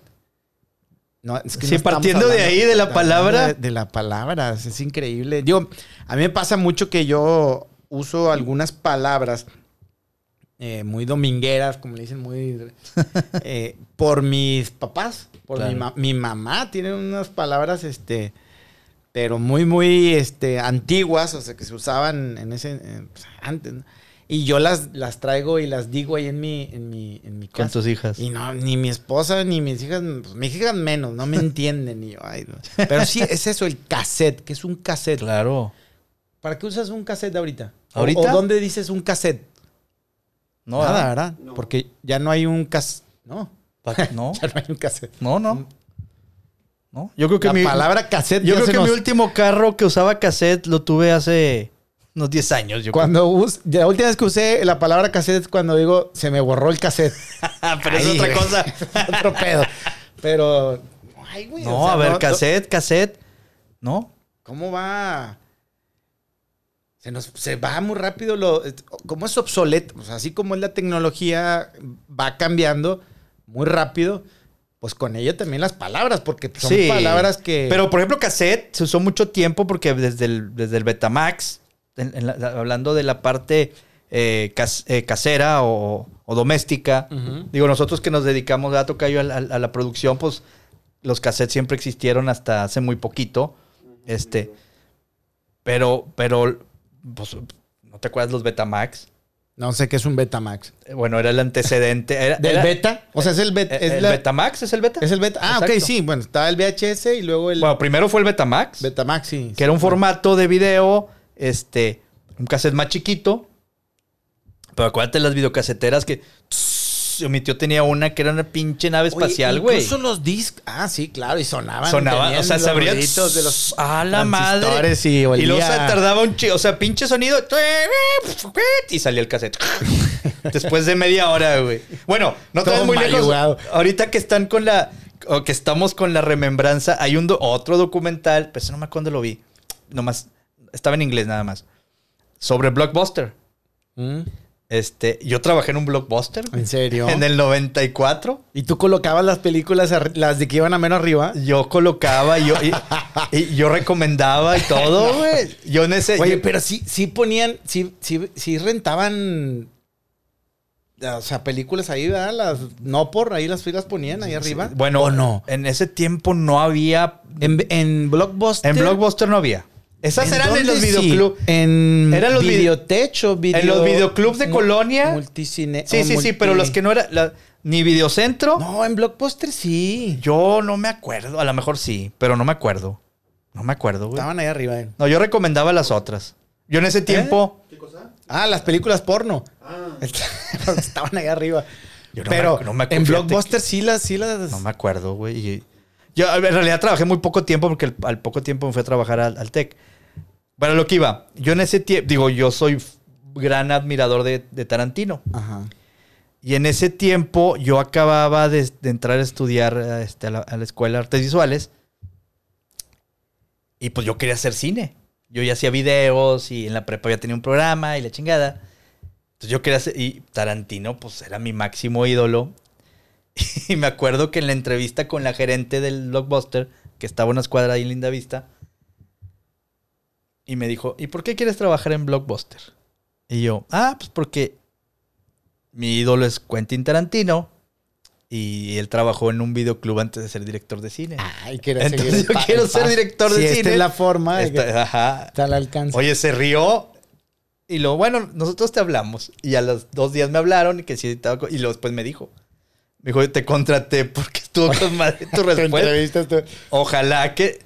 Speaker 2: No, es
Speaker 1: Sí,
Speaker 2: estamos
Speaker 1: partiendo de ahí, de la
Speaker 2: estamos
Speaker 1: palabra.
Speaker 2: hablando De, de la palabra, es, es increíble. Digo, a mí me pasa mucho que yo uso algunas palabras eh, muy domingueras, como le dicen, muy. eh, por mis papás, por
Speaker 1: Claro.
Speaker 2: mi, ma- mi mamá, tiene unas palabras, este. Pero muy, muy este, antiguas, o sea, que se usaban en ese. eh, pues, antes, ¿no? Y yo las, las traigo y las digo ahí en mi, en mi, en mi
Speaker 1: con
Speaker 2: casa.
Speaker 1: tus hijas.
Speaker 2: Y no, ni mi esposa ni mis hijas, pues, mis hijas menos, no me entienden. Y yo, ay, no. Pero sí, es eso, el cassette, que es un cassette.
Speaker 1: Claro.
Speaker 2: ¿Para qué usas un cassette ahorita? ¿O-
Speaker 1: ¿Ahorita?
Speaker 2: ¿O, dónde dices un cassette?
Speaker 1: No,
Speaker 2: Nada,
Speaker 1: ¿verdad?
Speaker 2: ¿verdad?
Speaker 4: No.
Speaker 2: Porque ya no hay un cassette. No,
Speaker 1: Pa- No,
Speaker 2: ya no hay un cassette.
Speaker 1: no, no. No, Yo creo que
Speaker 2: La
Speaker 1: mi,
Speaker 2: palabra cassette
Speaker 1: yo
Speaker 2: ya
Speaker 1: creo
Speaker 2: se
Speaker 1: que
Speaker 2: nos-
Speaker 1: mi último carro que usaba cassette lo tuve hace unos 10 años. Yo creo.
Speaker 2: Cuando us- la última vez que usé la palabra cassette es cuando digo, se me borró el cassette.
Speaker 1: Ah, Pero es
Speaker 2: Ay,
Speaker 1: otra
Speaker 2: güey.
Speaker 1: cosa.
Speaker 2: Otro pedo. Pero, ay, güey.
Speaker 1: No,
Speaker 2: o sea,
Speaker 1: a ver,
Speaker 2: no-
Speaker 1: cassette, cassette. No,
Speaker 2: ¿Cómo va? Se nos se va muy rápido lo. ¿Cómo es obsoleto? O sea, así como es la tecnología, va cambiando muy rápido. Pues con ella también las palabras, porque son
Speaker 1: Sí.
Speaker 2: palabras que.
Speaker 1: Pero, por ejemplo, cassette se usó mucho tiempo porque desde el, desde el Betamax, en- en la- hablando de la parte eh, cas- eh, casera o, o doméstica, digo, nosotros que nos dedicamos a Tocayo a, la- a la producción, pues los cassettes siempre existieron hasta hace muy poquito. Este, pero, pero, pues, ¿no te acuerdas los Betamax?
Speaker 2: No sé qué es un Betamax.
Speaker 1: Eh, Bueno, era el antecedente. Era,
Speaker 2: ¿Del
Speaker 1: era-
Speaker 2: beta? O sea, es el beta.
Speaker 1: eh,
Speaker 2: Es,
Speaker 1: ¿El
Speaker 2: la-
Speaker 1: Betamax es el beta?
Speaker 2: es el beta. Ah, ok,
Speaker 1: Exacto.
Speaker 2: sí. Bueno, estaba el VHS y luego el
Speaker 1: Bueno, primero fue el Betamax.
Speaker 2: Betamax, sí.
Speaker 1: que era un formato de video, este, un cassette más chiquito. Pero acuérdate las videocaseteras que tss, mi tío tenía una que era una pinche nave
Speaker 2: Oye,
Speaker 1: espacial, güey.
Speaker 2: Incluso los discos. Ah, sí, claro, y sonaban.
Speaker 1: Sonaba,
Speaker 2: tenían
Speaker 1: o sea, se
Speaker 2: los
Speaker 1: abría
Speaker 2: ruiditos de los
Speaker 1: a la madre.
Speaker 2: transistores Y,
Speaker 1: Y luego se
Speaker 2: olía-
Speaker 1: tardaba un chido, o sea, pinche sonido. Y salía el cassette. Después de media hora, güey. Bueno, no te
Speaker 2: Todo
Speaker 1: vas muy lejos.
Speaker 2: mayugado.
Speaker 1: Ahorita que están con la. O que estamos con la remembranza, hay un do- otro documental, pues no me acuerdo dónde lo vi. Nomás. Estaba en inglés nada más. Sobre Blockbuster.
Speaker 2: Mm,
Speaker 1: Este, yo trabajé en un Blockbuster. güey.
Speaker 2: ¿En serio?
Speaker 1: En el 94.
Speaker 2: Y tú colocabas las películas, arri- las de que iban a menos arriba.
Speaker 1: Yo colocaba, yo, y, y yo recomendaba y todo, güey. Yo en ese.
Speaker 2: Oye,
Speaker 1: yo-
Speaker 2: pero sí, sí ponían, sí, sí, sí rentaban o sea, películas ahí, ¿verdad? Las, no por ahí las, las ponían ahí arriba.
Speaker 1: Bueno,
Speaker 2: ¿O no.
Speaker 1: En ese tiempo no había.
Speaker 2: En, en Blockbuster.
Speaker 1: En Blockbuster no había. Esas
Speaker 2: ¿En
Speaker 1: eran en
Speaker 2: dónde
Speaker 1: los
Speaker 2: sí?
Speaker 1: videoclubs.
Speaker 2: En
Speaker 1: Eran los vide-
Speaker 2: videotecho, video-
Speaker 1: en los videoclubs de
Speaker 2: mu-
Speaker 1: colonia.
Speaker 2: Multicine.
Speaker 1: Sí,
Speaker 2: o
Speaker 1: sí, sí,
Speaker 2: multi-
Speaker 1: pero los que no era. la- ni videocentro.
Speaker 2: No, en Blockbuster sí.
Speaker 1: Yo no me acuerdo. A lo mejor sí, pero no me acuerdo. No me acuerdo, güey.
Speaker 2: Estaban ahí arriba. eh.
Speaker 1: No, yo recomendaba las otras. Yo en ese tiempo.
Speaker 3: ¿Qué cosa?
Speaker 2: Ah, las películas porno.
Speaker 3: Ah,
Speaker 2: Estaban ahí arriba.
Speaker 1: Yo no
Speaker 2: pero
Speaker 1: me- no me
Speaker 2: en
Speaker 1: acuerdo, fíjate
Speaker 2: Blockbuster sí las, sí las.
Speaker 1: No me acuerdo, güey. y- Yo a ver, en realidad trabajé muy poco tiempo porque al- al poco tiempo me fui a trabajar al, al TEC. Bueno, lo que iba, yo en ese tiempo, digo, yo soy f- gran admirador de, de Tarantino.
Speaker 2: Ajá.
Speaker 1: Y en ese tiempo yo acababa de, de entrar a estudiar eh, este, a, la, a la escuela de artes visuales. Y pues yo quería hacer cine. Yo ya hacía videos y en la prepa ya tenía un programa y la chingada. Entonces yo quería hacer. Y Tarantino, pues era mi máximo ídolo. Y me acuerdo que en la entrevista con la gerente del Blockbuster, que estaba una escuadra ahí en Linda Vista, y me dijo: ¿Y por qué quieres trabajar en Blockbuster? Y yo: Ah, pues porque mi ídolo es Quentin Tarantino y él trabajó en un videoclub antes de ser director de cine.
Speaker 2: Ay, quiero
Speaker 1: Entonces
Speaker 2: seguir el
Speaker 1: yo
Speaker 2: pa-
Speaker 1: quiero
Speaker 2: el
Speaker 1: ser
Speaker 2: pa-
Speaker 1: director de
Speaker 2: Sí,
Speaker 1: cine.
Speaker 2: Esta es la forma de que
Speaker 1: Está- ajá.
Speaker 2: está al alcance.
Speaker 1: Oye, se rió. Y lo bueno, nosotros te hablamos. Y a los dos días me hablaron y que sí estaba. co- Y luego después me dijo. Me dijo, te contraté porque estuvo con madre tu
Speaker 2: Te
Speaker 1: respuesta.
Speaker 2: entrevistas tú.
Speaker 1: Ojalá que.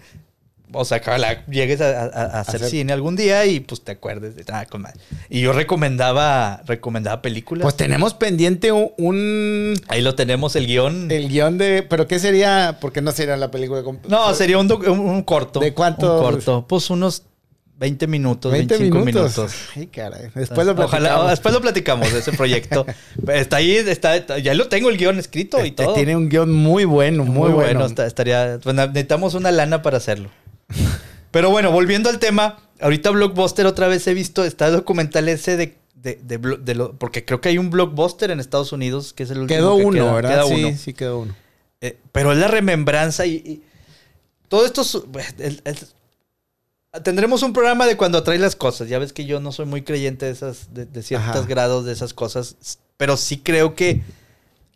Speaker 1: O sea, que ojalá llegues a, a- a hacer
Speaker 2: Hacer-
Speaker 1: cine algún día y pues te acuerdes de ah, con madre. Y yo recomendaba, recomendaba películas.
Speaker 2: Pues tenemos pendiente un, un-
Speaker 1: Ahí lo tenemos, el guión.
Speaker 2: el guión de. ¿Pero qué sería? Porque no sería la película com-
Speaker 1: No, sería un, doc- un- un corto.
Speaker 2: ¿De cuánto?
Speaker 1: Un corto. Pues unos 20 minutos, 25 minutos.
Speaker 2: Ay, caray. Después
Speaker 1: Ojalá,
Speaker 2: lo platicamos.
Speaker 1: después lo platicamos de ese proyecto. está ahí, está, está- ya lo tengo el guión escrito y
Speaker 2: Este,
Speaker 1: todo.
Speaker 2: Tiene un guión muy bueno, muy, bueno.
Speaker 1: está- estaría, bueno, necesitamos una lana para hacerlo. Pero bueno, volviendo al tema, ahorita Blockbuster otra vez he visto, está el documental ese de, de, de blo- de lo- porque creo que hay un Blockbuster en Estados Unidos que es el último.
Speaker 2: Quedó
Speaker 1: que
Speaker 2: uno,
Speaker 1: queda,
Speaker 2: ¿verdad?
Speaker 1: queda
Speaker 2: sí,
Speaker 1: uno.
Speaker 2: sí quedó uno.
Speaker 1: Eh, pero es la remembranza y, y todo esto. su- pues, el- el- tendremos un programa de cuando atrae las cosas. Ya ves que yo no soy muy creyente de esas, de, de ciertos
Speaker 2: Ajá.
Speaker 1: grados de esas cosas, s- pero sí creo que,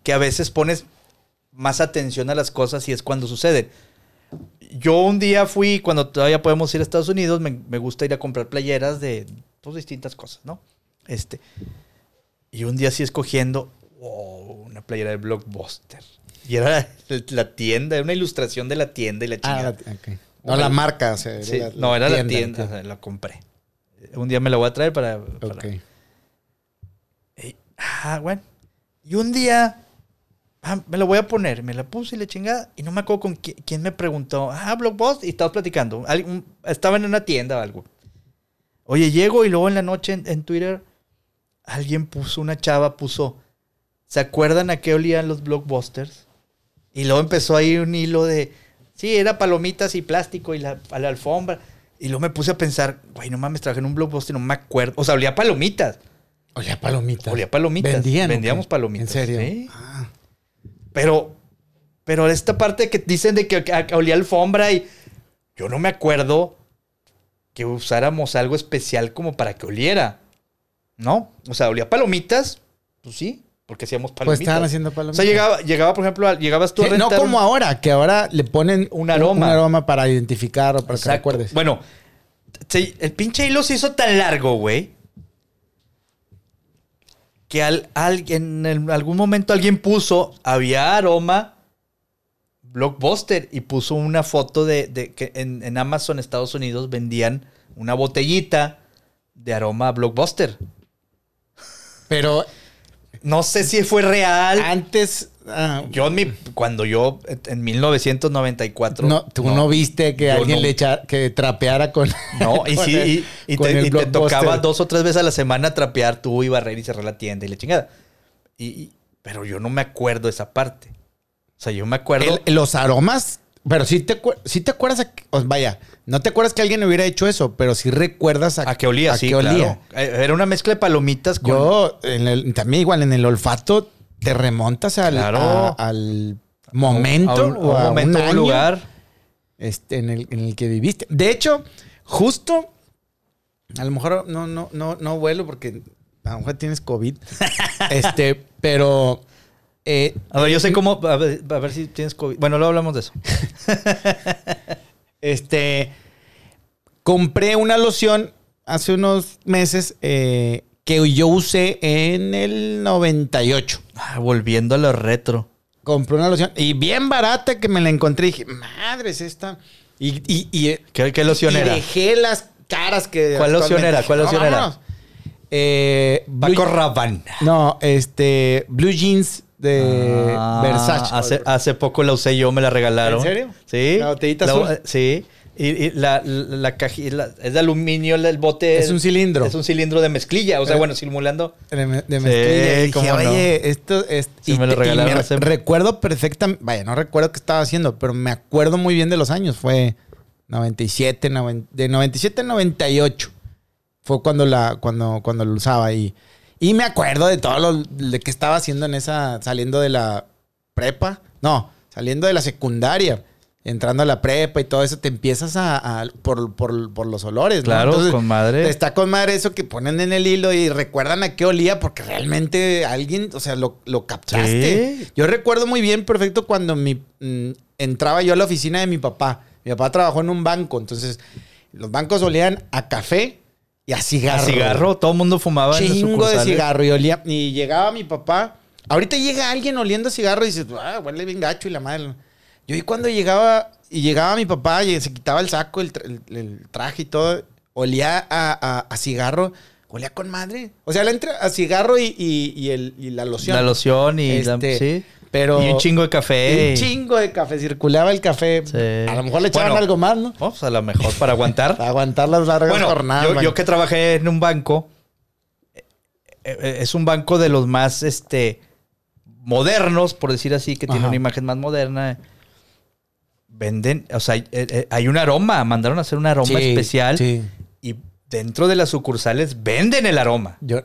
Speaker 1: que a veces pones más atención a las cosas y es cuando suceden. Yo un día fui, cuando todavía podemos ir a Estados Unidos, me, me gusta ir a comprar playeras de pues, distintas cosas, ¿no? Este. Y un día así escogiendo, wow, una playera de Blockbuster. Y era la, la tienda, era una ilustración de la tienda y la
Speaker 2: Ah,
Speaker 1: chingada.
Speaker 2: ok. No, la marca. o sea,
Speaker 1: Sí,
Speaker 2: la-
Speaker 1: no, era la tienda, o sea, la compré. Un día me la voy a traer para... para-
Speaker 2: Ok.
Speaker 1: Y- ah, bueno. Y un día, ah, me la voy a poner, me la puse y la chingada, y no me acuerdo con qui- quién, me preguntó, ah, Blockbuster, y estabas platicando, Al- un- estaba en una tienda o algo. Oye, llego y luego en la noche en, en Twitter, alguien puso, una chava puso, ¿se acuerdan a qué olían los Blockbusters? Y luego empezó ahí un hilo de, sí, era palomitas y plástico y la, a la alfombra. Y luego me puse a pensar, güey, no mames, trabajé en un blockbuster, y no me acuerdo. O sea, olía a palomitas.
Speaker 2: Olía palomitas.
Speaker 1: Olía palomitas.
Speaker 2: Vendían. ¿o
Speaker 1: Vendíamos
Speaker 2: qué?
Speaker 1: palomitas,
Speaker 2: ¿En serio?
Speaker 1: sí.
Speaker 2: Ah.
Speaker 1: Pero, pero esta parte que dicen de que, que- que olía alfombra y yo no me acuerdo que usáramos algo especial como para que oliera. ¿No? O sea, olía palomitas, pues sí, porque hacíamos
Speaker 2: Pues
Speaker 1: palomitas.
Speaker 2: estaban haciendo
Speaker 1: o
Speaker 2: palomitas.
Speaker 1: sea, llegaba, llegaba, por ejemplo, a- llegabas tú a
Speaker 2: Sí, no
Speaker 1: rentar
Speaker 2: como
Speaker 1: un-
Speaker 2: ahora, que ahora le ponen
Speaker 1: Un aroma.
Speaker 2: un aroma para identificar o para que
Speaker 1: Exacto.
Speaker 2: recuerdes.
Speaker 1: Bueno, se- el pinche hilo se hizo tan largo, güey. Que al, al- en el- algún momento alguien puso, había aroma, blockbuster, y puso una foto de, de que en, en Amazon, Estados Unidos, vendían una botellita de aroma blockbuster.
Speaker 2: Pero
Speaker 1: No sé si fue real.
Speaker 2: antes. ah,
Speaker 1: Yo en mi- cuando yo, en 1994.
Speaker 2: no, tú no, viste que
Speaker 1: Yo
Speaker 2: alguien
Speaker 1: no.
Speaker 2: le echa, que trapeara con.
Speaker 1: No, y
Speaker 2: con
Speaker 1: sí,
Speaker 2: el-
Speaker 1: y, y
Speaker 2: con
Speaker 1: te,
Speaker 2: el
Speaker 1: y te tocaba
Speaker 2: Blockbuster.
Speaker 1: dos o tres veces a la semana trapear tú y barrer y cerrar la tienda y la chingada. Y, y- pero yo no me acuerdo esa parte. O sea, yo me acuerdo.
Speaker 2: El- los aromas. Pero sí te, acuer- sí te acuerdas, a que- o vaya, no te acuerdas que alguien hubiera hecho eso, pero sí recuerdas a,
Speaker 1: a que olía,
Speaker 2: a
Speaker 1: sí,
Speaker 2: qué olía.
Speaker 1: claro. Eh, Era una mezcla de palomitas con.
Speaker 2: Yo, en el- también igual, en el olfato te remontas al,
Speaker 1: Claro.
Speaker 2: a- al momento
Speaker 1: a un- a un
Speaker 2: o a un
Speaker 1: momento, a un
Speaker 2: año,
Speaker 1: lugar.
Speaker 2: este, en, el, en el que viviste. De hecho, justo, a lo mejor no, no, no, no vuelo porque a lo mejor tienes COVID. este, pero. eh,
Speaker 1: A ver, yo sé cómo. A ver, a ver si tienes COVID. Bueno, luego hablamos de eso.
Speaker 2: Este. Compré una loción hace unos meses eh, que yo usé en el 98.
Speaker 1: Ah, volviendo a lo retro.
Speaker 2: Compré una loción y bien barata que me la encontré. Y dije, madre, es esta. Y, y, y,
Speaker 1: ¿Qué, qué loción
Speaker 2: y
Speaker 1: era?
Speaker 2: dejé las caras que.
Speaker 1: ¿Cuál loción
Speaker 2: actualmente
Speaker 1: era?
Speaker 2: dije,
Speaker 1: ¿Cuál
Speaker 2: "No,
Speaker 1: loción era?"
Speaker 2: vámonos. Eh,
Speaker 1: Paco
Speaker 2: Blue-
Speaker 1: Rabanne.
Speaker 2: No, este. Blue Jeans de
Speaker 1: Ah,
Speaker 2: Eh, Versace.
Speaker 1: Hace, hace poco la usé yo, me la regalaron.
Speaker 2: ¿En serio?
Speaker 1: Sí.
Speaker 2: La botellita azul.
Speaker 1: Sí. Y, y la, la, la caji- la- es de aluminio el, el bote.
Speaker 2: Es un cilindro.
Speaker 1: Es un cilindro de mezclilla. O sea,
Speaker 2: Eh.
Speaker 1: bueno, simulando.
Speaker 2: De, me- de mezclilla. Y dije,
Speaker 1: cómo no.
Speaker 2: oye, esto es.
Speaker 1: Sí, me lo
Speaker 2: te-
Speaker 1: regalaron
Speaker 2: re-
Speaker 1: hace-
Speaker 2: Recuerdo perfectamente. Vaya, no recuerdo qué estaba haciendo, pero me acuerdo muy bien de los años. Fue 97, noven- de 97 a 98. Fue cuando, la, cuando, cuando lo usaba. Y, y me acuerdo de todo lo de que estaba haciendo en esa. Saliendo de la prepa. No, saliendo de la secundaria. Entrando a la prepa y todo eso, te empiezas a. a- por, por- por los olores, ¿no?
Speaker 1: Claro,
Speaker 2: Entonces,
Speaker 1: con madre.
Speaker 2: Está con madre eso que ponen en el hilo y recuerdan a qué olía porque realmente alguien, o sea, lo, lo captaste.
Speaker 1: Sí.
Speaker 2: Yo recuerdo muy bien, perfecto, cuando mi, mm, entraba yo a la oficina de mi papá. Mi papá trabajó en un banco, entonces los bancos olían a café y a cigarro.
Speaker 1: A cigarro. Todo el mundo fumaba en las
Speaker 2: Chingo de
Speaker 1: sucursales.
Speaker 2: cigarro y olía. Y llegaba mi papá. Ahorita llega alguien oliendo cigarro y dices, ah, huele bien gacho y la madre. Yo y cuando llegaba, y llegaba mi papá y se quitaba el saco, el, tra- el- el traje y todo, olía a, a- a cigarro, olía con madre. O sea, le entra a cigarro y, y- y el, y la loción.
Speaker 1: La loción y la-
Speaker 2: Este,
Speaker 1: sí.
Speaker 2: Pero
Speaker 1: Y un chingo de café.
Speaker 2: un chingo de café, circulaba el café.
Speaker 1: Sí.
Speaker 2: A lo mejor le echaban
Speaker 1: Bueno.
Speaker 2: algo más, ¿no?
Speaker 1: Oh, pues, a lo mejor para aguantar.
Speaker 2: Para aguantar las largas
Speaker 1: bueno,
Speaker 2: jornadas.
Speaker 1: yo,
Speaker 2: man.
Speaker 1: yo que trabajé en un banco, eh, eh, es un banco de los más este, modernos, por decir así, que tiene
Speaker 2: Ajá.
Speaker 1: una imagen más moderna. Venden, o sea, eh, eh, hay un aroma, mandaron a hacer un aroma
Speaker 2: Sí,
Speaker 1: especial
Speaker 2: sí.
Speaker 1: y dentro de las sucursales venden el aroma.
Speaker 2: Yo-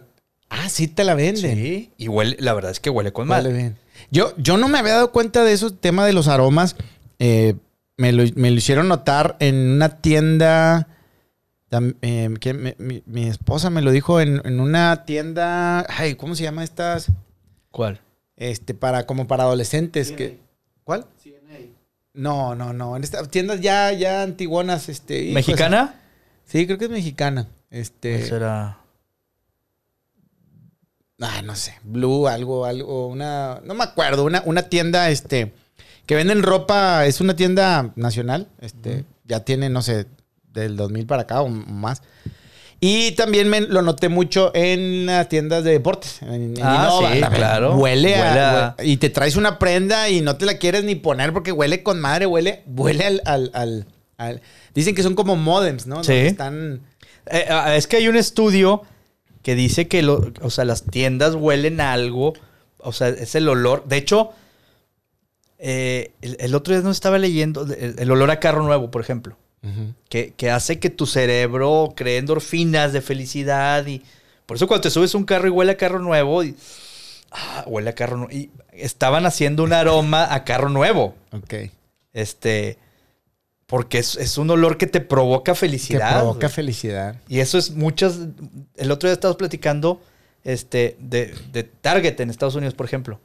Speaker 2: ah, sí te la venden.
Speaker 1: Sí, y huele, la verdad es que huele con
Speaker 2: Huele
Speaker 1: mal.
Speaker 2: bien. Yo, yo no me había dado cuenta de eso, tema de los aromas. Eh, me, lo, me lo hicieron notar en una tienda. tam- eh, que me- mi, mi esposa me lo dijo en, en una tienda. Ay, ¿cómo se llama estas?
Speaker 1: ¿Cuál?
Speaker 2: Este, para, como para adolescentes. Que, ¿Cuál? No, no, no. En estas tiendas ya, ya antiguonas, este. y
Speaker 1: ¿Mexicana? Eh,
Speaker 2: pues- sí, creo que es mexicana. Este.
Speaker 1: ¿Cuál será?
Speaker 2: Ah, no sé. Blue, algo, algo, una. No me acuerdo. Una, una tienda, este. Que venden ropa. Es una tienda nacional. Este. Ya tiene, no sé, del 2000 para acá o m- más. Y también me lo noté mucho en las tiendas de deportes. En, en
Speaker 1: Ah,
Speaker 2: Innova.
Speaker 1: sí,
Speaker 2: La-
Speaker 1: claro.
Speaker 2: Huele a,
Speaker 1: Huele a-
Speaker 2: hue- Y te traes una prenda y no te la quieres ni poner porque huele con madre. Huele, huele al. al- al- al- dicen que son como modems, ¿no?
Speaker 1: Sí.
Speaker 2: Donde Están.
Speaker 1: Eh, ah, es que hay un estudio que dice que lo- o sea, las tiendas huelen a algo. O sea, es el olor. De hecho, eh, el, el otro día no estaba leyendo de- el, el olor a carro nuevo, por ejemplo, que, que hace que tu cerebro cree endorfinas de felicidad. y Por eso cuando te subes a un carro y huele a carro nuevo, y, ah, huele a carro nuevo. Y estaban haciendo un aroma a carro nuevo.
Speaker 2: Ok.
Speaker 1: Este, porque es, es un olor que te provoca
Speaker 2: Que
Speaker 1: felicidad.
Speaker 2: provoca
Speaker 1: güey.
Speaker 2: felicidad.
Speaker 1: Y eso es muchas. El otro día estábamos platicando este, de, de Target en Estados Unidos, por ejemplo.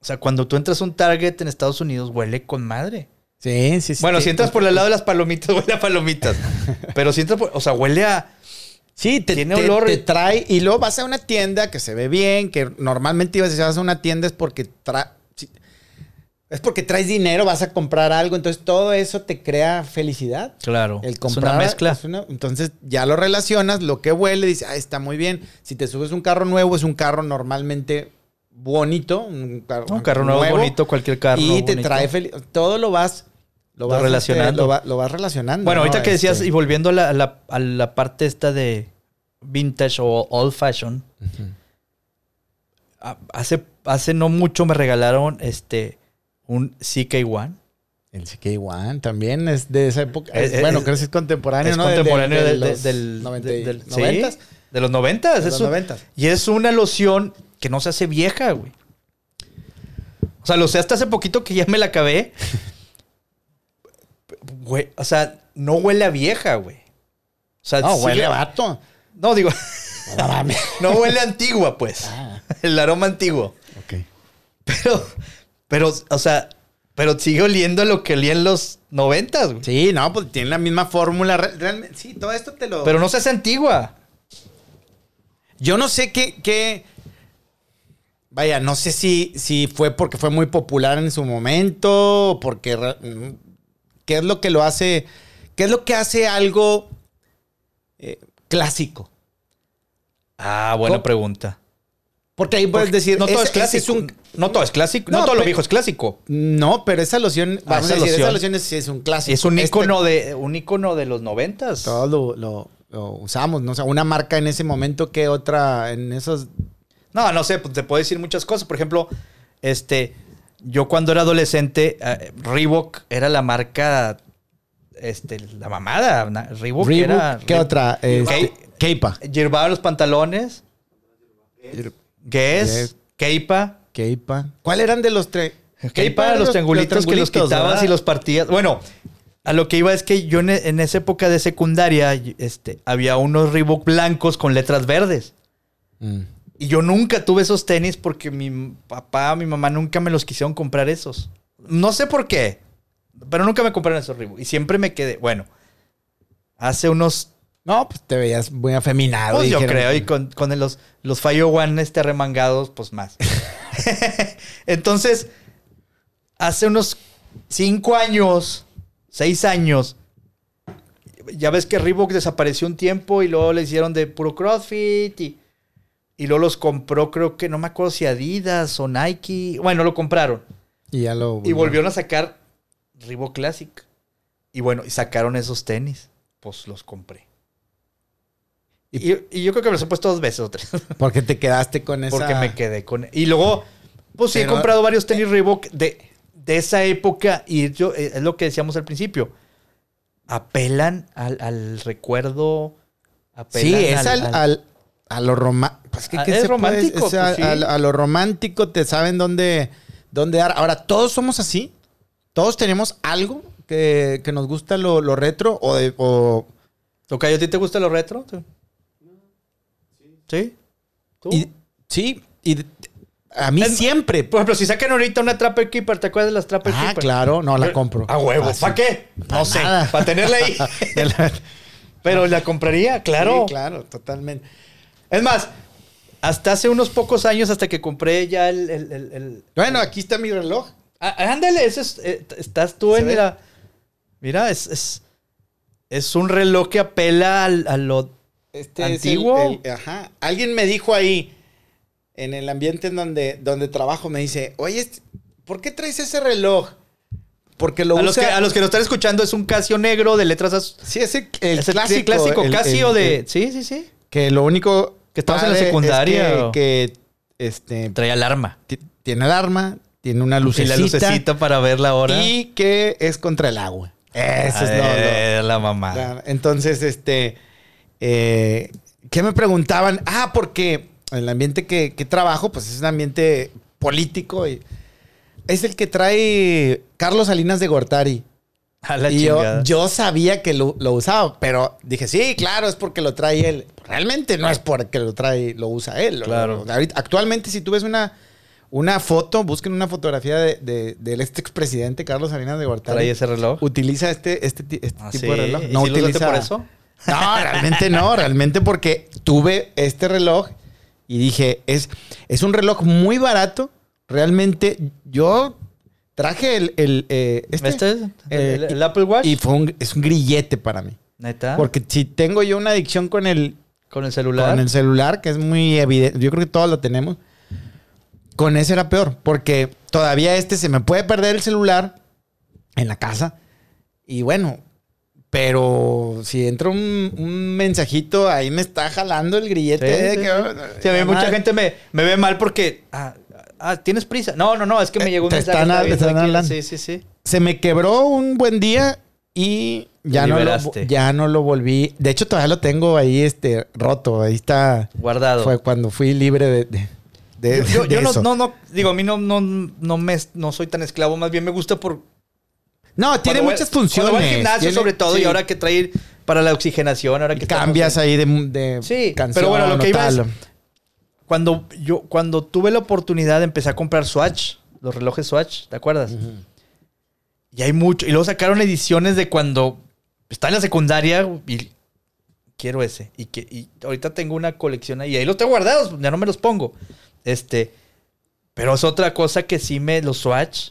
Speaker 1: O sea, cuando tú entras a un Target en Estados Unidos, huele con madre.
Speaker 2: Sí, sí, sí.
Speaker 1: Bueno,
Speaker 2: Sí.
Speaker 1: si entras por el lado de las palomitas, huele a palomitas. Pero si entras por. O sea, huele a.
Speaker 2: Sí, te,
Speaker 1: Tiene
Speaker 2: te-
Speaker 1: olor.
Speaker 2: te trae y luego vas a una tienda que se ve bien, que normalmente ibas si vas a una tienda es porque tra- si- es porque traes dinero, vas a comprar algo, entonces todo eso te crea felicidad.
Speaker 1: Claro.
Speaker 2: El
Speaker 1: es
Speaker 2: comprar
Speaker 1: una mezcla.
Speaker 2: es una- entonces ya lo relacionas, lo que huele, dice, ah, está muy bien. Si te subes un carro nuevo, es un carro normalmente bonito, un carro,
Speaker 1: Un carro nuevo, bonito, cualquier carro.
Speaker 2: y te
Speaker 1: bonito.
Speaker 2: trae felicidad. Todo lo vas lo
Speaker 1: Lo
Speaker 2: vas este,
Speaker 1: relacionando.
Speaker 2: lo, va- lo vas relacionando.
Speaker 1: Bueno,
Speaker 2: ¿no?
Speaker 1: ahorita que decías,
Speaker 2: Este,
Speaker 1: y volviendo a la, a la- a la parte esta de vintage o old fashion, a- hace, hace no mucho me regalaron este un CK1.
Speaker 2: El CK1 también es de esa época.
Speaker 1: Es-
Speaker 2: Es- bueno,
Speaker 1: es-
Speaker 2: creo que es contemporáneo,
Speaker 1: es
Speaker 2: ¿no? De- de-
Speaker 1: contemporáneo
Speaker 2: de
Speaker 1: de- de-
Speaker 2: los
Speaker 1: del,
Speaker 2: 90
Speaker 1: de- del- sí,
Speaker 2: 90s.
Speaker 1: de los 90.
Speaker 2: De los 90.
Speaker 1: Y es una loción que no se hace vieja, güey. O sea, lo sé hasta hace poquito que ya me la acabé. Güey, o sea, no huele a vieja, güey. O sea,
Speaker 2: No,
Speaker 1: sigue-
Speaker 2: huele a vato.
Speaker 1: No, digo.
Speaker 2: No mames.
Speaker 1: No huele a antigua, pues.
Speaker 2: Ah.
Speaker 1: El aroma antiguo.
Speaker 2: Ok.
Speaker 1: Pero, pero, o sea, pero sigue oliendo a lo que olía en los noventas, güey.
Speaker 2: Sí, no, pues tiene la misma fórmula. Re- Realmente, sí, todo esto te lo.
Speaker 1: Pero no se hace antigua.
Speaker 2: Yo no sé qué, qué- Vaya, no sé si, si fue porque fue muy popular en su momento, o porque... re- mm, ¿Qué es lo que lo hace... ¿Qué es lo que hace algo eh, clásico?
Speaker 1: Ah, buena
Speaker 2: ¿Cómo?
Speaker 1: pregunta.
Speaker 2: Porque ahí puedes
Speaker 1: Porque
Speaker 2: decir...
Speaker 1: no todo es
Speaker 2: ese- ese
Speaker 1: clásico.
Speaker 2: un-
Speaker 1: No todo es clásico. No,
Speaker 2: No,
Speaker 1: todo lo
Speaker 2: pe-
Speaker 1: viejo es clásico.
Speaker 2: no, pero esa loción...
Speaker 1: Ah,
Speaker 2: Vamos
Speaker 1: esa
Speaker 2: a decir,
Speaker 1: loción.
Speaker 2: esa loción es, sí es un clásico.
Speaker 1: Es un
Speaker 2: Este-
Speaker 1: icono de, un ícono de los noventas.
Speaker 2: todos lo, lo- lo usamos, ¿no? O sea, una marca en ese momento que otra en esos...
Speaker 1: No, no sé, pues, te puedo decir muchas cosas. Por ejemplo, este, yo cuando era adolescente, eh, Reebok era la marca, este, la mamada. na- Reebok,
Speaker 2: Reebok,
Speaker 1: era.
Speaker 2: ¿Qué
Speaker 1: Reebok.
Speaker 2: otra? Este, Keipa.
Speaker 1: Llevaba los pantalones. Guess,
Speaker 2: Guess.
Speaker 1: Keipa.
Speaker 2: Keipa. ¿Cuál eran de los tres?
Speaker 1: Keipa eran los triangulitos que los quitabas y los partías. Bueno, a lo que iba es que yo en, e- en esa época de secundaria y- este, había unos Reebok blancos con letras verdes.
Speaker 2: Mm.
Speaker 1: Y yo nunca tuve esos tenis porque mi papá, mi mamá nunca me los quisieron comprar esos. No sé por qué, pero nunca me compraron esos Reebok. Y siempre me quedé, bueno, hace unos
Speaker 2: No, pues te veías muy afeminado.
Speaker 1: Pues yo
Speaker 2: dijeron.
Speaker 1: creo, y con, con los, los Fallo One este, remangados, pues más. Entonces, hace unos cinco años, seis años, ya ves que Reebok desapareció un tiempo y luego le hicieron de puro CrossFit y, y luego los compró, creo que no me acuerdo si Adidas o Nike. Bueno, lo compraron
Speaker 2: Y ya lo.
Speaker 1: y volvieron a sacar Reebok Classic. Y bueno, y sacaron esos tenis, pues los compré. Y, y yo creo que me los he puesto dos veces o tres.
Speaker 2: Porque te quedaste con esa.
Speaker 1: Porque me quedé con. e-, Y luego, pues sí, he
Speaker 2: Pero- eh,
Speaker 1: comprado varios tenis Reebok de, de esa época. Y yo, eh, es lo que decíamos al principio. Apelan al, al recuerdo.
Speaker 2: Sí, es al,
Speaker 1: al-
Speaker 2: al- a lo romántico. Pues que,
Speaker 1: Ah,
Speaker 2: ¿qué
Speaker 1: es
Speaker 2: se puede-
Speaker 1: romántico,
Speaker 2: o sea,
Speaker 1: pues, sí.
Speaker 2: a, lo- a lo romántico te saben dónde, dónde dar. Ahora, todos somos así. Todos tenemos algo que, que nos gusta lo, lo retro o, de- o-
Speaker 1: Tocayo, ¿a ti te gusta lo retro? ¿Sí? ¿Sí? ¿Tú?
Speaker 2: y- sí, y de- a mí
Speaker 1: Es- pues,
Speaker 2: siempre.
Speaker 1: Por ejemplo, si sacan ahorita una Trapper Keeper, ¿te acuerdas de las Trapper
Speaker 2: Ah,
Speaker 1: Keeper?
Speaker 2: claro, no la compro. Ah,
Speaker 1: A huevo.
Speaker 2: Fácil.
Speaker 1: ¿Para qué?
Speaker 2: Pa'
Speaker 1: No sé.
Speaker 2: nada.
Speaker 1: Para tenerla ahí. Pero la compraría, claro.
Speaker 2: Sí, claro, totalmente.
Speaker 1: Es más, hasta hace unos pocos años, hasta que compré ya el. el- el- el-
Speaker 2: Bueno, aquí está mi reloj.
Speaker 1: Ah, ándale, ese es, eh, t- estás tú
Speaker 2: ¿Se
Speaker 1: en
Speaker 2: ve?
Speaker 1: la. Mira, es, es, es un reloj que apela al- a lo.
Speaker 2: Este
Speaker 1: ¿Antiguo?
Speaker 2: Es el- el- ajá. Alguien me dijo ahí, en el ambiente en donde, donde trabajo, me dice, oye, este- ¿por qué traes ese reloj? Porque lo
Speaker 1: a,
Speaker 2: usa...
Speaker 1: los que, a los que nos están escuchando, es un Casio negro de letras azules.
Speaker 2: Sí, es el, el
Speaker 1: es el
Speaker 2: clásico.
Speaker 1: clásico
Speaker 2: el-
Speaker 1: Casio
Speaker 2: el-
Speaker 1: de.
Speaker 2: el-
Speaker 1: sí, sí, sí.
Speaker 2: que lo único...
Speaker 1: Que estabas en la
Speaker 2: padre es
Speaker 1: secundaria,
Speaker 2: que-
Speaker 1: o-
Speaker 2: que, este,
Speaker 1: Trae alarma.
Speaker 2: ti- tiene alarma, tiene una lucecita.
Speaker 1: Y la lucecita para ver la hora.
Speaker 2: y que es contra el agua. Eso es lo- lo,
Speaker 1: Eh, la mamá.
Speaker 2: Claro. Entonces, este, eh, ¿qué me preguntaban? Ah, porque el ambiente que, que trabajo, pues es un ambiente político y es el que trae Carlos Salinas de Gortari.
Speaker 1: A la
Speaker 2: y yo,
Speaker 1: chingada.
Speaker 2: yo sabía que lo, lo usaba, pero dije, sí, claro, es porque lo trae él. Realmente no es porque lo trae, lo usa él.
Speaker 1: Claro.
Speaker 2: Lo- ahorita- actualmente, si tú ves una, una foto, busquen una fotografía de, de- del ex expresidente Carlos Salinas de Gortari.
Speaker 1: Trae ese reloj.
Speaker 2: Utiliza este, este, ti- este
Speaker 1: Ah,
Speaker 2: tipo
Speaker 1: sí.
Speaker 2: de reloj.
Speaker 1: ¿Y
Speaker 2: No
Speaker 1: sí lo usaste
Speaker 2: utiliza.
Speaker 1: por eso?
Speaker 2: No, realmente no, realmente porque tuve este reloj y dije, es, es un reloj muy barato. Realmente yo traje el, el, eh, este,
Speaker 1: ¿Este?
Speaker 2: eh,
Speaker 1: ¿El, el Apple Watch?
Speaker 2: y fue un, es un grillete para mí.
Speaker 1: Neta.
Speaker 2: Porque si tengo yo una adicción con el,
Speaker 1: con el celular.
Speaker 2: con el celular, que es muy evidente. Yo creo que todos lo tenemos. Con ese era peor, porque todavía este se me puede perder el celular en la casa. Y bueno, pero si entra un, un mensajito, ahí me está jalando el grillete.
Speaker 1: Sí,
Speaker 2: de
Speaker 1: sí,
Speaker 2: Este, eh, que-
Speaker 1: sí. Sí, a mí mucha gente me, me ve mal porque. Ah, ah, ¿tienes prisa? No, no, no, es que me
Speaker 2: Eh,
Speaker 1: llegó un
Speaker 2: te
Speaker 1: mensaje.
Speaker 2: están
Speaker 1: estaba
Speaker 2: a- te
Speaker 1: viendo
Speaker 2: están
Speaker 1: aquí.
Speaker 2: hablando.
Speaker 1: Sí, sí, sí.
Speaker 2: Se me quebró un buen día y ya
Speaker 1: Te
Speaker 2: no, lo,
Speaker 1: liberaste.
Speaker 2: ya no lo volví. De hecho, todavía lo tengo ahí este, roto. Ahí está.
Speaker 1: Guardado.
Speaker 2: Fue cuando fui libre de, de, de-
Speaker 1: yo
Speaker 2: de
Speaker 1: yo no,
Speaker 2: eso.
Speaker 1: no, no, digo, a mí no, no, no, me, no soy tan esclavo, más bien me gusta por.
Speaker 2: No, tiene
Speaker 1: cuando voy-
Speaker 2: muchas funciones.
Speaker 1: Cuando voy al gimnasio,
Speaker 2: Tiene-
Speaker 1: sobre todo,
Speaker 2: sí.
Speaker 1: y ahora que trae para la oxigenación. Ahora que
Speaker 2: Y
Speaker 1: estamos
Speaker 2: cambias ahí de, de
Speaker 1: Sí,
Speaker 2: canción.
Speaker 1: pero bueno, lo que
Speaker 2: o
Speaker 1: iba es-
Speaker 2: tal.
Speaker 1: cuando yo cuando tuve la oportunidad empecé a comprar Swatch, los relojes Swatch, ¿te acuerdas? Y hay mucho y luego sacaron ediciones de cuando estaba en la secundaria y quiero ese y que y ahorita tengo una colección ahí, ahí los tengo guardados, ya no me los pongo. Este, pero es otra cosa que sí me los Swatch,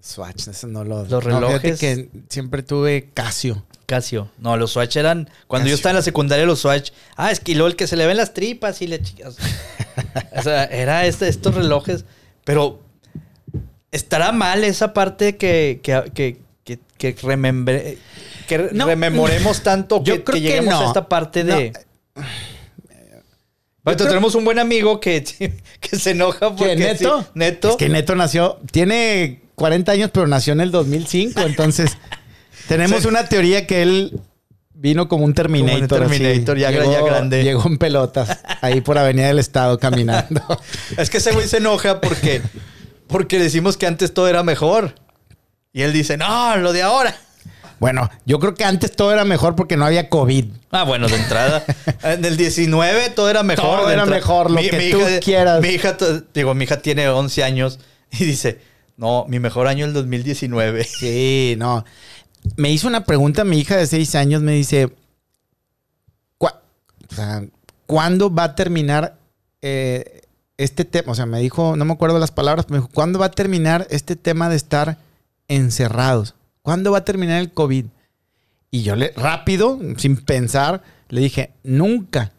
Speaker 2: Swatch, eso no lo.
Speaker 1: Los
Speaker 2: no, fíjate
Speaker 1: relojes.
Speaker 2: que siempre tuve Casio.
Speaker 1: Casio. No, los Swatch eran cuando
Speaker 2: Casio.
Speaker 1: yo estaba en la secundaria los Swatch, ah, es que y luego el que se le ven las tripas y le chicas. O sea, era este- estos relojes. Pero estará mal esa parte que, que, que, que, que remembre- que re-
Speaker 2: No.
Speaker 1: rememoremos tanto
Speaker 2: Yo
Speaker 1: que,
Speaker 2: creo
Speaker 1: que
Speaker 2: que
Speaker 1: lleguemos
Speaker 2: no.
Speaker 1: a esta parte de.
Speaker 2: No.
Speaker 1: Bueno,
Speaker 2: creo-
Speaker 1: tenemos un buen amigo que, que se enoja porque.
Speaker 2: ¿Quién, Neto?
Speaker 1: sí, Neto.
Speaker 2: Es que Neto nació. Tiene 40 años, pero nació en el 2005. Entonces, tenemos
Speaker 1: Sí.
Speaker 2: una teoría que él vino como un Terminator.
Speaker 1: Como un
Speaker 2: así.
Speaker 1: Terminator, ya gra-
Speaker 2: llegó,
Speaker 1: ya grande.
Speaker 2: Llegó en pelotas. Ahí por Avenida del Estado caminando.
Speaker 1: Es que ese güey se enoja porque, porque decimos que antes todo era mejor. Y él dice, no, lo de ahora.
Speaker 2: bueno, yo creo que antes todo era mejor porque no había COVID.
Speaker 1: Ah, bueno, de entrada. En el 19 todo era mejor.
Speaker 2: Todo
Speaker 1: de
Speaker 2: era
Speaker 1: entrada.
Speaker 2: mejor, lo que tú quieras.
Speaker 1: Mi hija, to- digo, mi hija tiene 11 años y dice, no, mi mejor año es el 2019.
Speaker 2: Sí, no. Me hizo una pregunta mi hija de seis años, me dice, "¿Cuá- o sea, ¿cuándo va a terminar eh, este tema? O sea, me dijo, no me acuerdo las palabras, me dijo, ¿cuándo va a terminar este tema de estar encerrados? ¿Cuándo va a terminar el COVID? Y yo le, rápido, sin pensar, le dije, nunca.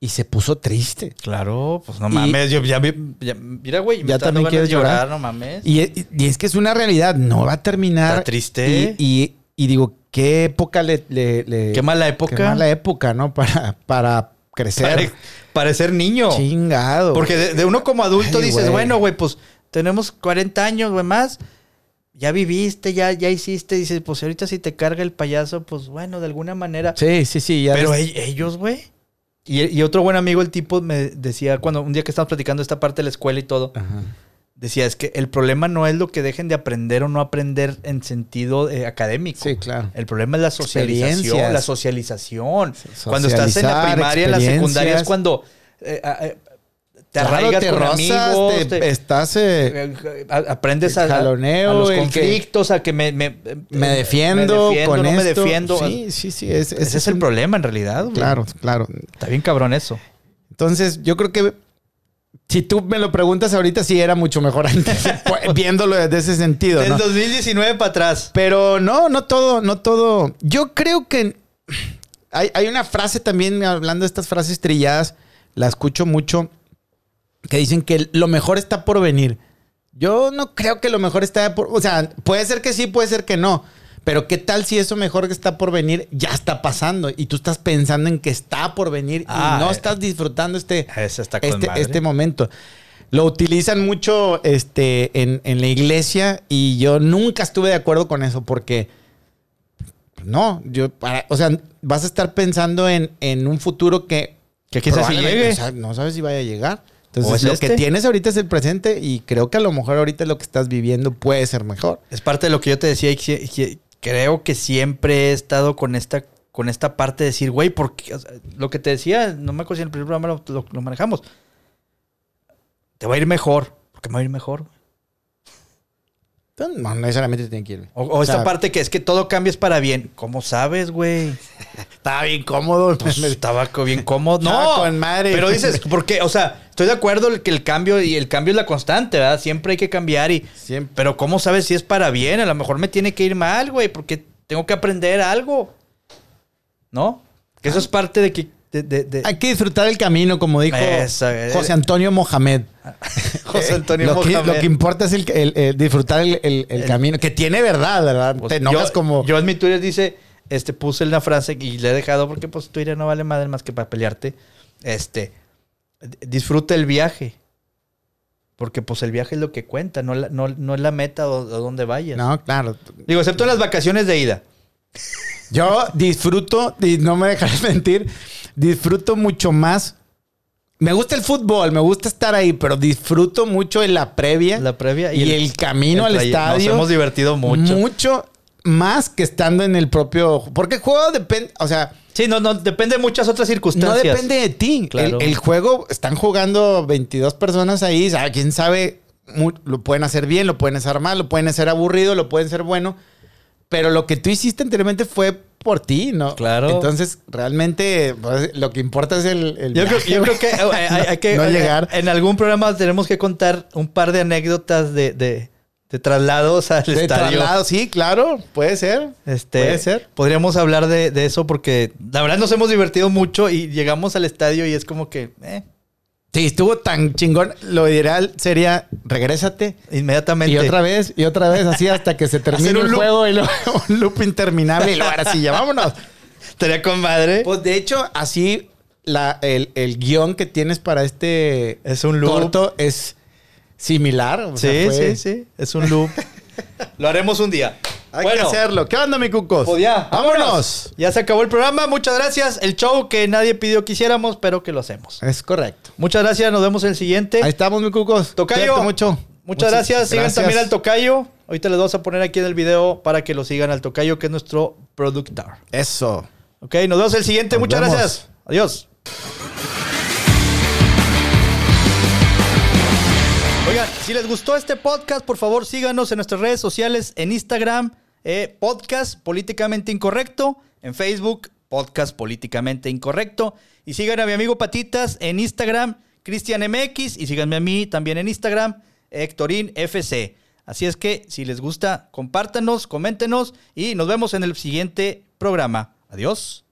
Speaker 2: Y se puso triste.
Speaker 1: Claro, pues no
Speaker 2: Y-
Speaker 1: mames. yo ya, vi- ya- mira, güey, me
Speaker 2: Ya
Speaker 1: está dando
Speaker 2: también
Speaker 1: ganas
Speaker 2: quieres
Speaker 1: de llorar,
Speaker 2: llorar.
Speaker 1: no mames.
Speaker 2: Y, e- y es que es una realidad, no va a terminar.
Speaker 1: Está triste.
Speaker 2: Y, y- y digo, ¿qué época le... le- le-
Speaker 1: qué mala época.
Speaker 2: Qué mala época, ¿no? Para, para crecer.
Speaker 1: Pare- parecer niño.
Speaker 2: Chingado.
Speaker 1: Porque de, de uno como adulto
Speaker 2: Ay,
Speaker 1: dices,
Speaker 2: güey.
Speaker 1: bueno, güey, pues tenemos 40 años, güey, más. Ya viviste, ya, ya hiciste. Dices, pues ahorita si te carga el payaso, pues bueno, de alguna manera.
Speaker 2: Sí, sí, sí. ya
Speaker 1: Pero
Speaker 2: ves.
Speaker 1: e- ellos, güey. Y, y otro buen amigo, el tipo, me decía, cuando un día que estábamos platicando esta parte de la escuela y todo,
Speaker 2: Ajá.
Speaker 1: decía, es que el problema no es lo que dejen de aprender o no aprender en sentido eh, académico.
Speaker 2: Sí, claro.
Speaker 1: El problema es la socialización,
Speaker 2: Experiencias.
Speaker 1: la socialización. Cuando estás en la
Speaker 2: Socializar,
Speaker 1: primaria, en la secundaria es
Speaker 2: experiencias.
Speaker 1: cuando eh, a- eh, te
Speaker 2: Claro,
Speaker 1: arraigas
Speaker 2: te
Speaker 1: con
Speaker 2: rozas,
Speaker 1: amigos,
Speaker 2: te-
Speaker 1: te-
Speaker 2: estás... eh,
Speaker 1: eh, a- aprendes a,
Speaker 2: el
Speaker 1: a-
Speaker 2: jaloneo,
Speaker 1: a los
Speaker 2: el que-
Speaker 1: conflictos, a que me, me-
Speaker 2: me
Speaker 1: eh,
Speaker 2: defiendo
Speaker 1: me defiendo,
Speaker 2: con
Speaker 1: no
Speaker 2: esto.
Speaker 1: me defiendo.
Speaker 2: Sí, sí, sí. es-
Speaker 1: Ese, es el
Speaker 2: un-
Speaker 1: problema en realidad. güey.
Speaker 2: Claro, claro.
Speaker 1: Está bien cabrón eso.
Speaker 2: Entonces, yo creo que si tú me lo preguntas ahorita, sí era mucho mejor antes, pues, viéndolo desde ese sentido. ¿no?
Speaker 1: 2019 para atrás.
Speaker 2: Pero no, no todo, no todo. Yo creo que hay, hay una frase también, hablando de estas frases trilladas, la escucho mucho, que dicen que lo mejor está por venir. Yo no creo que lo mejor está por... O sea, puede ser que sí, puede ser que no. Pero qué tal si eso mejor que está por venir ya está pasando y tú estás pensando en que está por venir
Speaker 1: Ah,
Speaker 2: y no
Speaker 1: eh.
Speaker 2: estás disfrutando este
Speaker 1: Ah, Ese está con
Speaker 2: este,
Speaker 1: madre.
Speaker 2: este momento. Lo utilizan mucho este, en, en la iglesia y yo nunca estuve de acuerdo con eso porque no, yo, para- o sea, vas a estar pensando en, en un futuro que...
Speaker 1: Que quizás sí
Speaker 2: probablemente,
Speaker 1: llegue.
Speaker 2: o sea, no sabes si vaya a llegar.
Speaker 1: ¿O
Speaker 2: Entonces,
Speaker 1: es
Speaker 2: lo
Speaker 1: este?
Speaker 2: que tienes ahorita es el presente y creo que a lo mejor ahorita lo que estás viviendo puede ser mejor.
Speaker 1: Es parte de lo que yo te decía y que- que- creo que siempre he estado con esta con esta parte de decir, güey, porque lo que te decía, no me acuerdo si en el primer programa lo, lo- lo manejamos. Te va a ir mejor, porque me va a ir mejor.
Speaker 2: Entonces, no necesariamente tiene que ir.
Speaker 1: O, o esta
Speaker 2: sea,
Speaker 1: parte que es que todo cambies para bien. ¿Cómo sabes, güey?
Speaker 2: Estaba bien cómodo.
Speaker 1: Pues estaba co- bien cómodo. No,
Speaker 2: Estaba con madre.
Speaker 1: pero dices, porque, o sea, estoy de acuerdo el que el cambio y el cambio es la constante, ¿verdad? Siempre hay que cambiar y
Speaker 2: Siempre.
Speaker 1: Pero ¿cómo sabes si es para bien? A lo mejor me tiene que ir mal, güey, porque tengo que aprender algo. ¿No? Que
Speaker 2: Ah.
Speaker 1: eso es parte de que... De, de- de-
Speaker 2: Hay que disfrutar el camino, como dijo
Speaker 1: Esa, eh.
Speaker 2: José Antonio Mohamed.
Speaker 1: José Antonio
Speaker 2: Eh, lo que,
Speaker 1: Mohamed.
Speaker 2: lo que importa es el, el- el disfrutar el, el- el
Speaker 1: El-
Speaker 2: camino, que tiene verdad, ¿verdad?
Speaker 1: Pues,
Speaker 2: Te enojas
Speaker 1: yo,
Speaker 2: como...
Speaker 1: Yo en mi Twitter dice, este, puse una frase y le he dejado porque pues Twitter no vale madre más que para pelearte. Este, d- disfruta el viaje. Porque pues el viaje es lo que cuenta, no, la- no, no es la meta o, o donde vayas.
Speaker 2: no, claro.
Speaker 1: Digo, excepto en las vacaciones de ida.
Speaker 2: Yo disfruto, y no me dejarás mentir, disfruto mucho más. Me gusta el fútbol, me gusta estar ahí, pero disfruto mucho en la previa
Speaker 1: La previa
Speaker 2: y, el, camino
Speaker 1: el
Speaker 2: al
Speaker 1: traye-
Speaker 2: estadio.
Speaker 1: Nos hemos divertido mucho.
Speaker 2: Mucho. más que estando en el propio. Porque el juego depende. O sea,
Speaker 1: Sí, no, no, depende de muchas otras
Speaker 2: no
Speaker 1: circunstancias.
Speaker 2: depende de ti.
Speaker 1: Claro.
Speaker 2: El, el juego, están jugando 22 personas ahí. sabe, ¿Quién sabe? Mu- Lo pueden hacer bien, lo pueden hacer mal, lo pueden hacer aburrido, lo pueden hacer bueno. Pero lo que tú hiciste anteriormente fue por ti, ¿no?
Speaker 1: Claro.
Speaker 2: Entonces, realmente, pues, lo que importa es el. el
Speaker 1: Yo creo,
Speaker 2: viaje,
Speaker 1: yo
Speaker 2: güey.
Speaker 1: creo que eh, hay, hay- hay que.
Speaker 2: No
Speaker 1: eh,
Speaker 2: llegar.
Speaker 1: En algún programa tenemos que contar un par de anécdotas de, de, de traslados al
Speaker 2: De
Speaker 1: estadio.
Speaker 2: traslado, sí, claro, puede ser.
Speaker 1: Este,
Speaker 2: Puede ser.
Speaker 1: Podríamos hablar de, de eso porque la verdad nos hemos divertido mucho y llegamos al estadio y es como que eh,
Speaker 2: Sí, estuvo tan chingón. Lo ideal sería regrésate
Speaker 1: inmediatamente.
Speaker 2: y otra vez, y otra vez, así hasta que se termine
Speaker 1: Hacer un
Speaker 2: el
Speaker 1: loop.
Speaker 2: juego y luego un loop interminable. Y luego ahora sí, ya vámonos.
Speaker 1: Estaría con madre.
Speaker 2: Pues de hecho, así la, el, el guión que tienes para este
Speaker 1: Es un loop.
Speaker 2: corto es similar. o
Speaker 1: sí,
Speaker 2: sea,
Speaker 1: sí,
Speaker 2: fue-
Speaker 1: sí. Es un loop. Lo haremos un día.
Speaker 2: Hay
Speaker 1: bueno,
Speaker 2: que hacerlo. ¿Qué onda, mi cucos?
Speaker 1: pues ya,
Speaker 2: ¡Vámonos!
Speaker 1: Ya se acabó el programa. Muchas gracias. El show que nadie pidió que hiciéramos, pero que lo hacemos.
Speaker 2: Es correcto.
Speaker 1: Muchas gracias. Nos vemos en el siguiente.
Speaker 2: Ahí estamos, mi cucos.
Speaker 1: Tocayo.
Speaker 2: Cuídate mucho.
Speaker 1: Muchas gracias. Sigan también al Tocayo. Ahorita les vamos a poner aquí en el video para que lo sigan al Tocayo, que es nuestro productor.
Speaker 2: Eso.
Speaker 1: Ok, nos vemos el siguiente.
Speaker 2: Nos
Speaker 1: Muchas
Speaker 2: vemos.
Speaker 1: gracias. Adiós. Oigan, si les gustó este podcast, por favor síganos en nuestras redes sociales, en Instagram, eh, Podcast Políticamente Incorrecto, en Facebook, Podcast Políticamente Incorrecto, y sigan a mi amigo Patitas en Instagram, CristianMX, y síganme a mí también en Instagram, Hectorin FC. Así es que si les gusta, compártanos, coméntenos y nos vemos en el siguiente programa. Adiós.